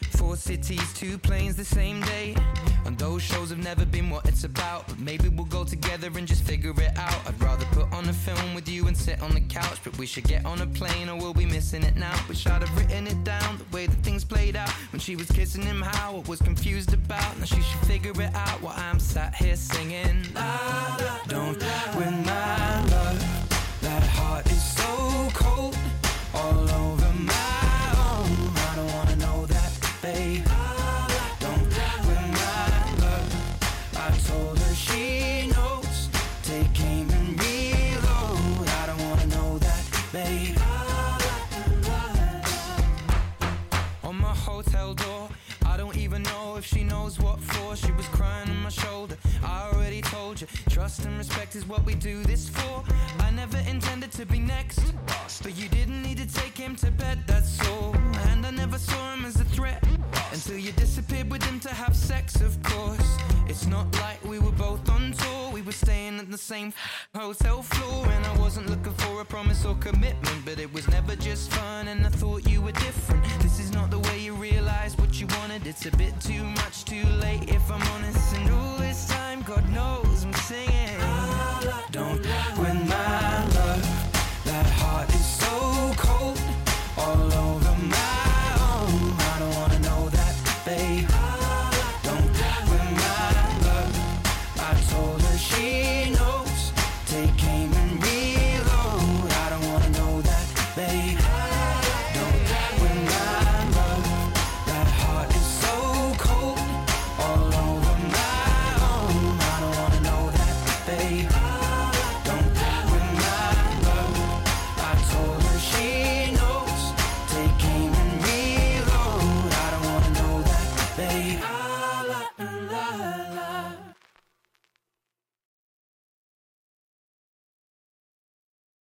[SPEAKER 1] Four cities, two planes the same day. And those shows have never been what it's about. But maybe we'll go together and just figure it out. I'd rather put on a film with you and sit on the couch. But we should get on a plane or we'll be missing it now. Wish I'd have written it down the way that things played out. When she was kissing him, how I was confused about. Now she should figure it out while I'm sat here singing. La, la, don't lie when I love. That heart is so cold, all over my own. I don't wanna know that, babe. Don't lie when I love. I told her she knows. Take aim and reload. I don't wanna know that, babe. on my hotel door. I don't even know if she knows what for. She was crying on my shoulder. I already told you, trust and respect is what we do this for. I never intended to be next, but you didn't need to take him to bed, that's all. And I never saw him as a threat until you disappeared with him to have sex, of course. It's not like we were both on tour. We were staying at the same hotel floor, and I wasn't looking for a promise or commitment, but it was never just fun, and I thought you were different. This is not the way you realize what you wanted. It's a bit too much, too late, if I'm honest. And ooh,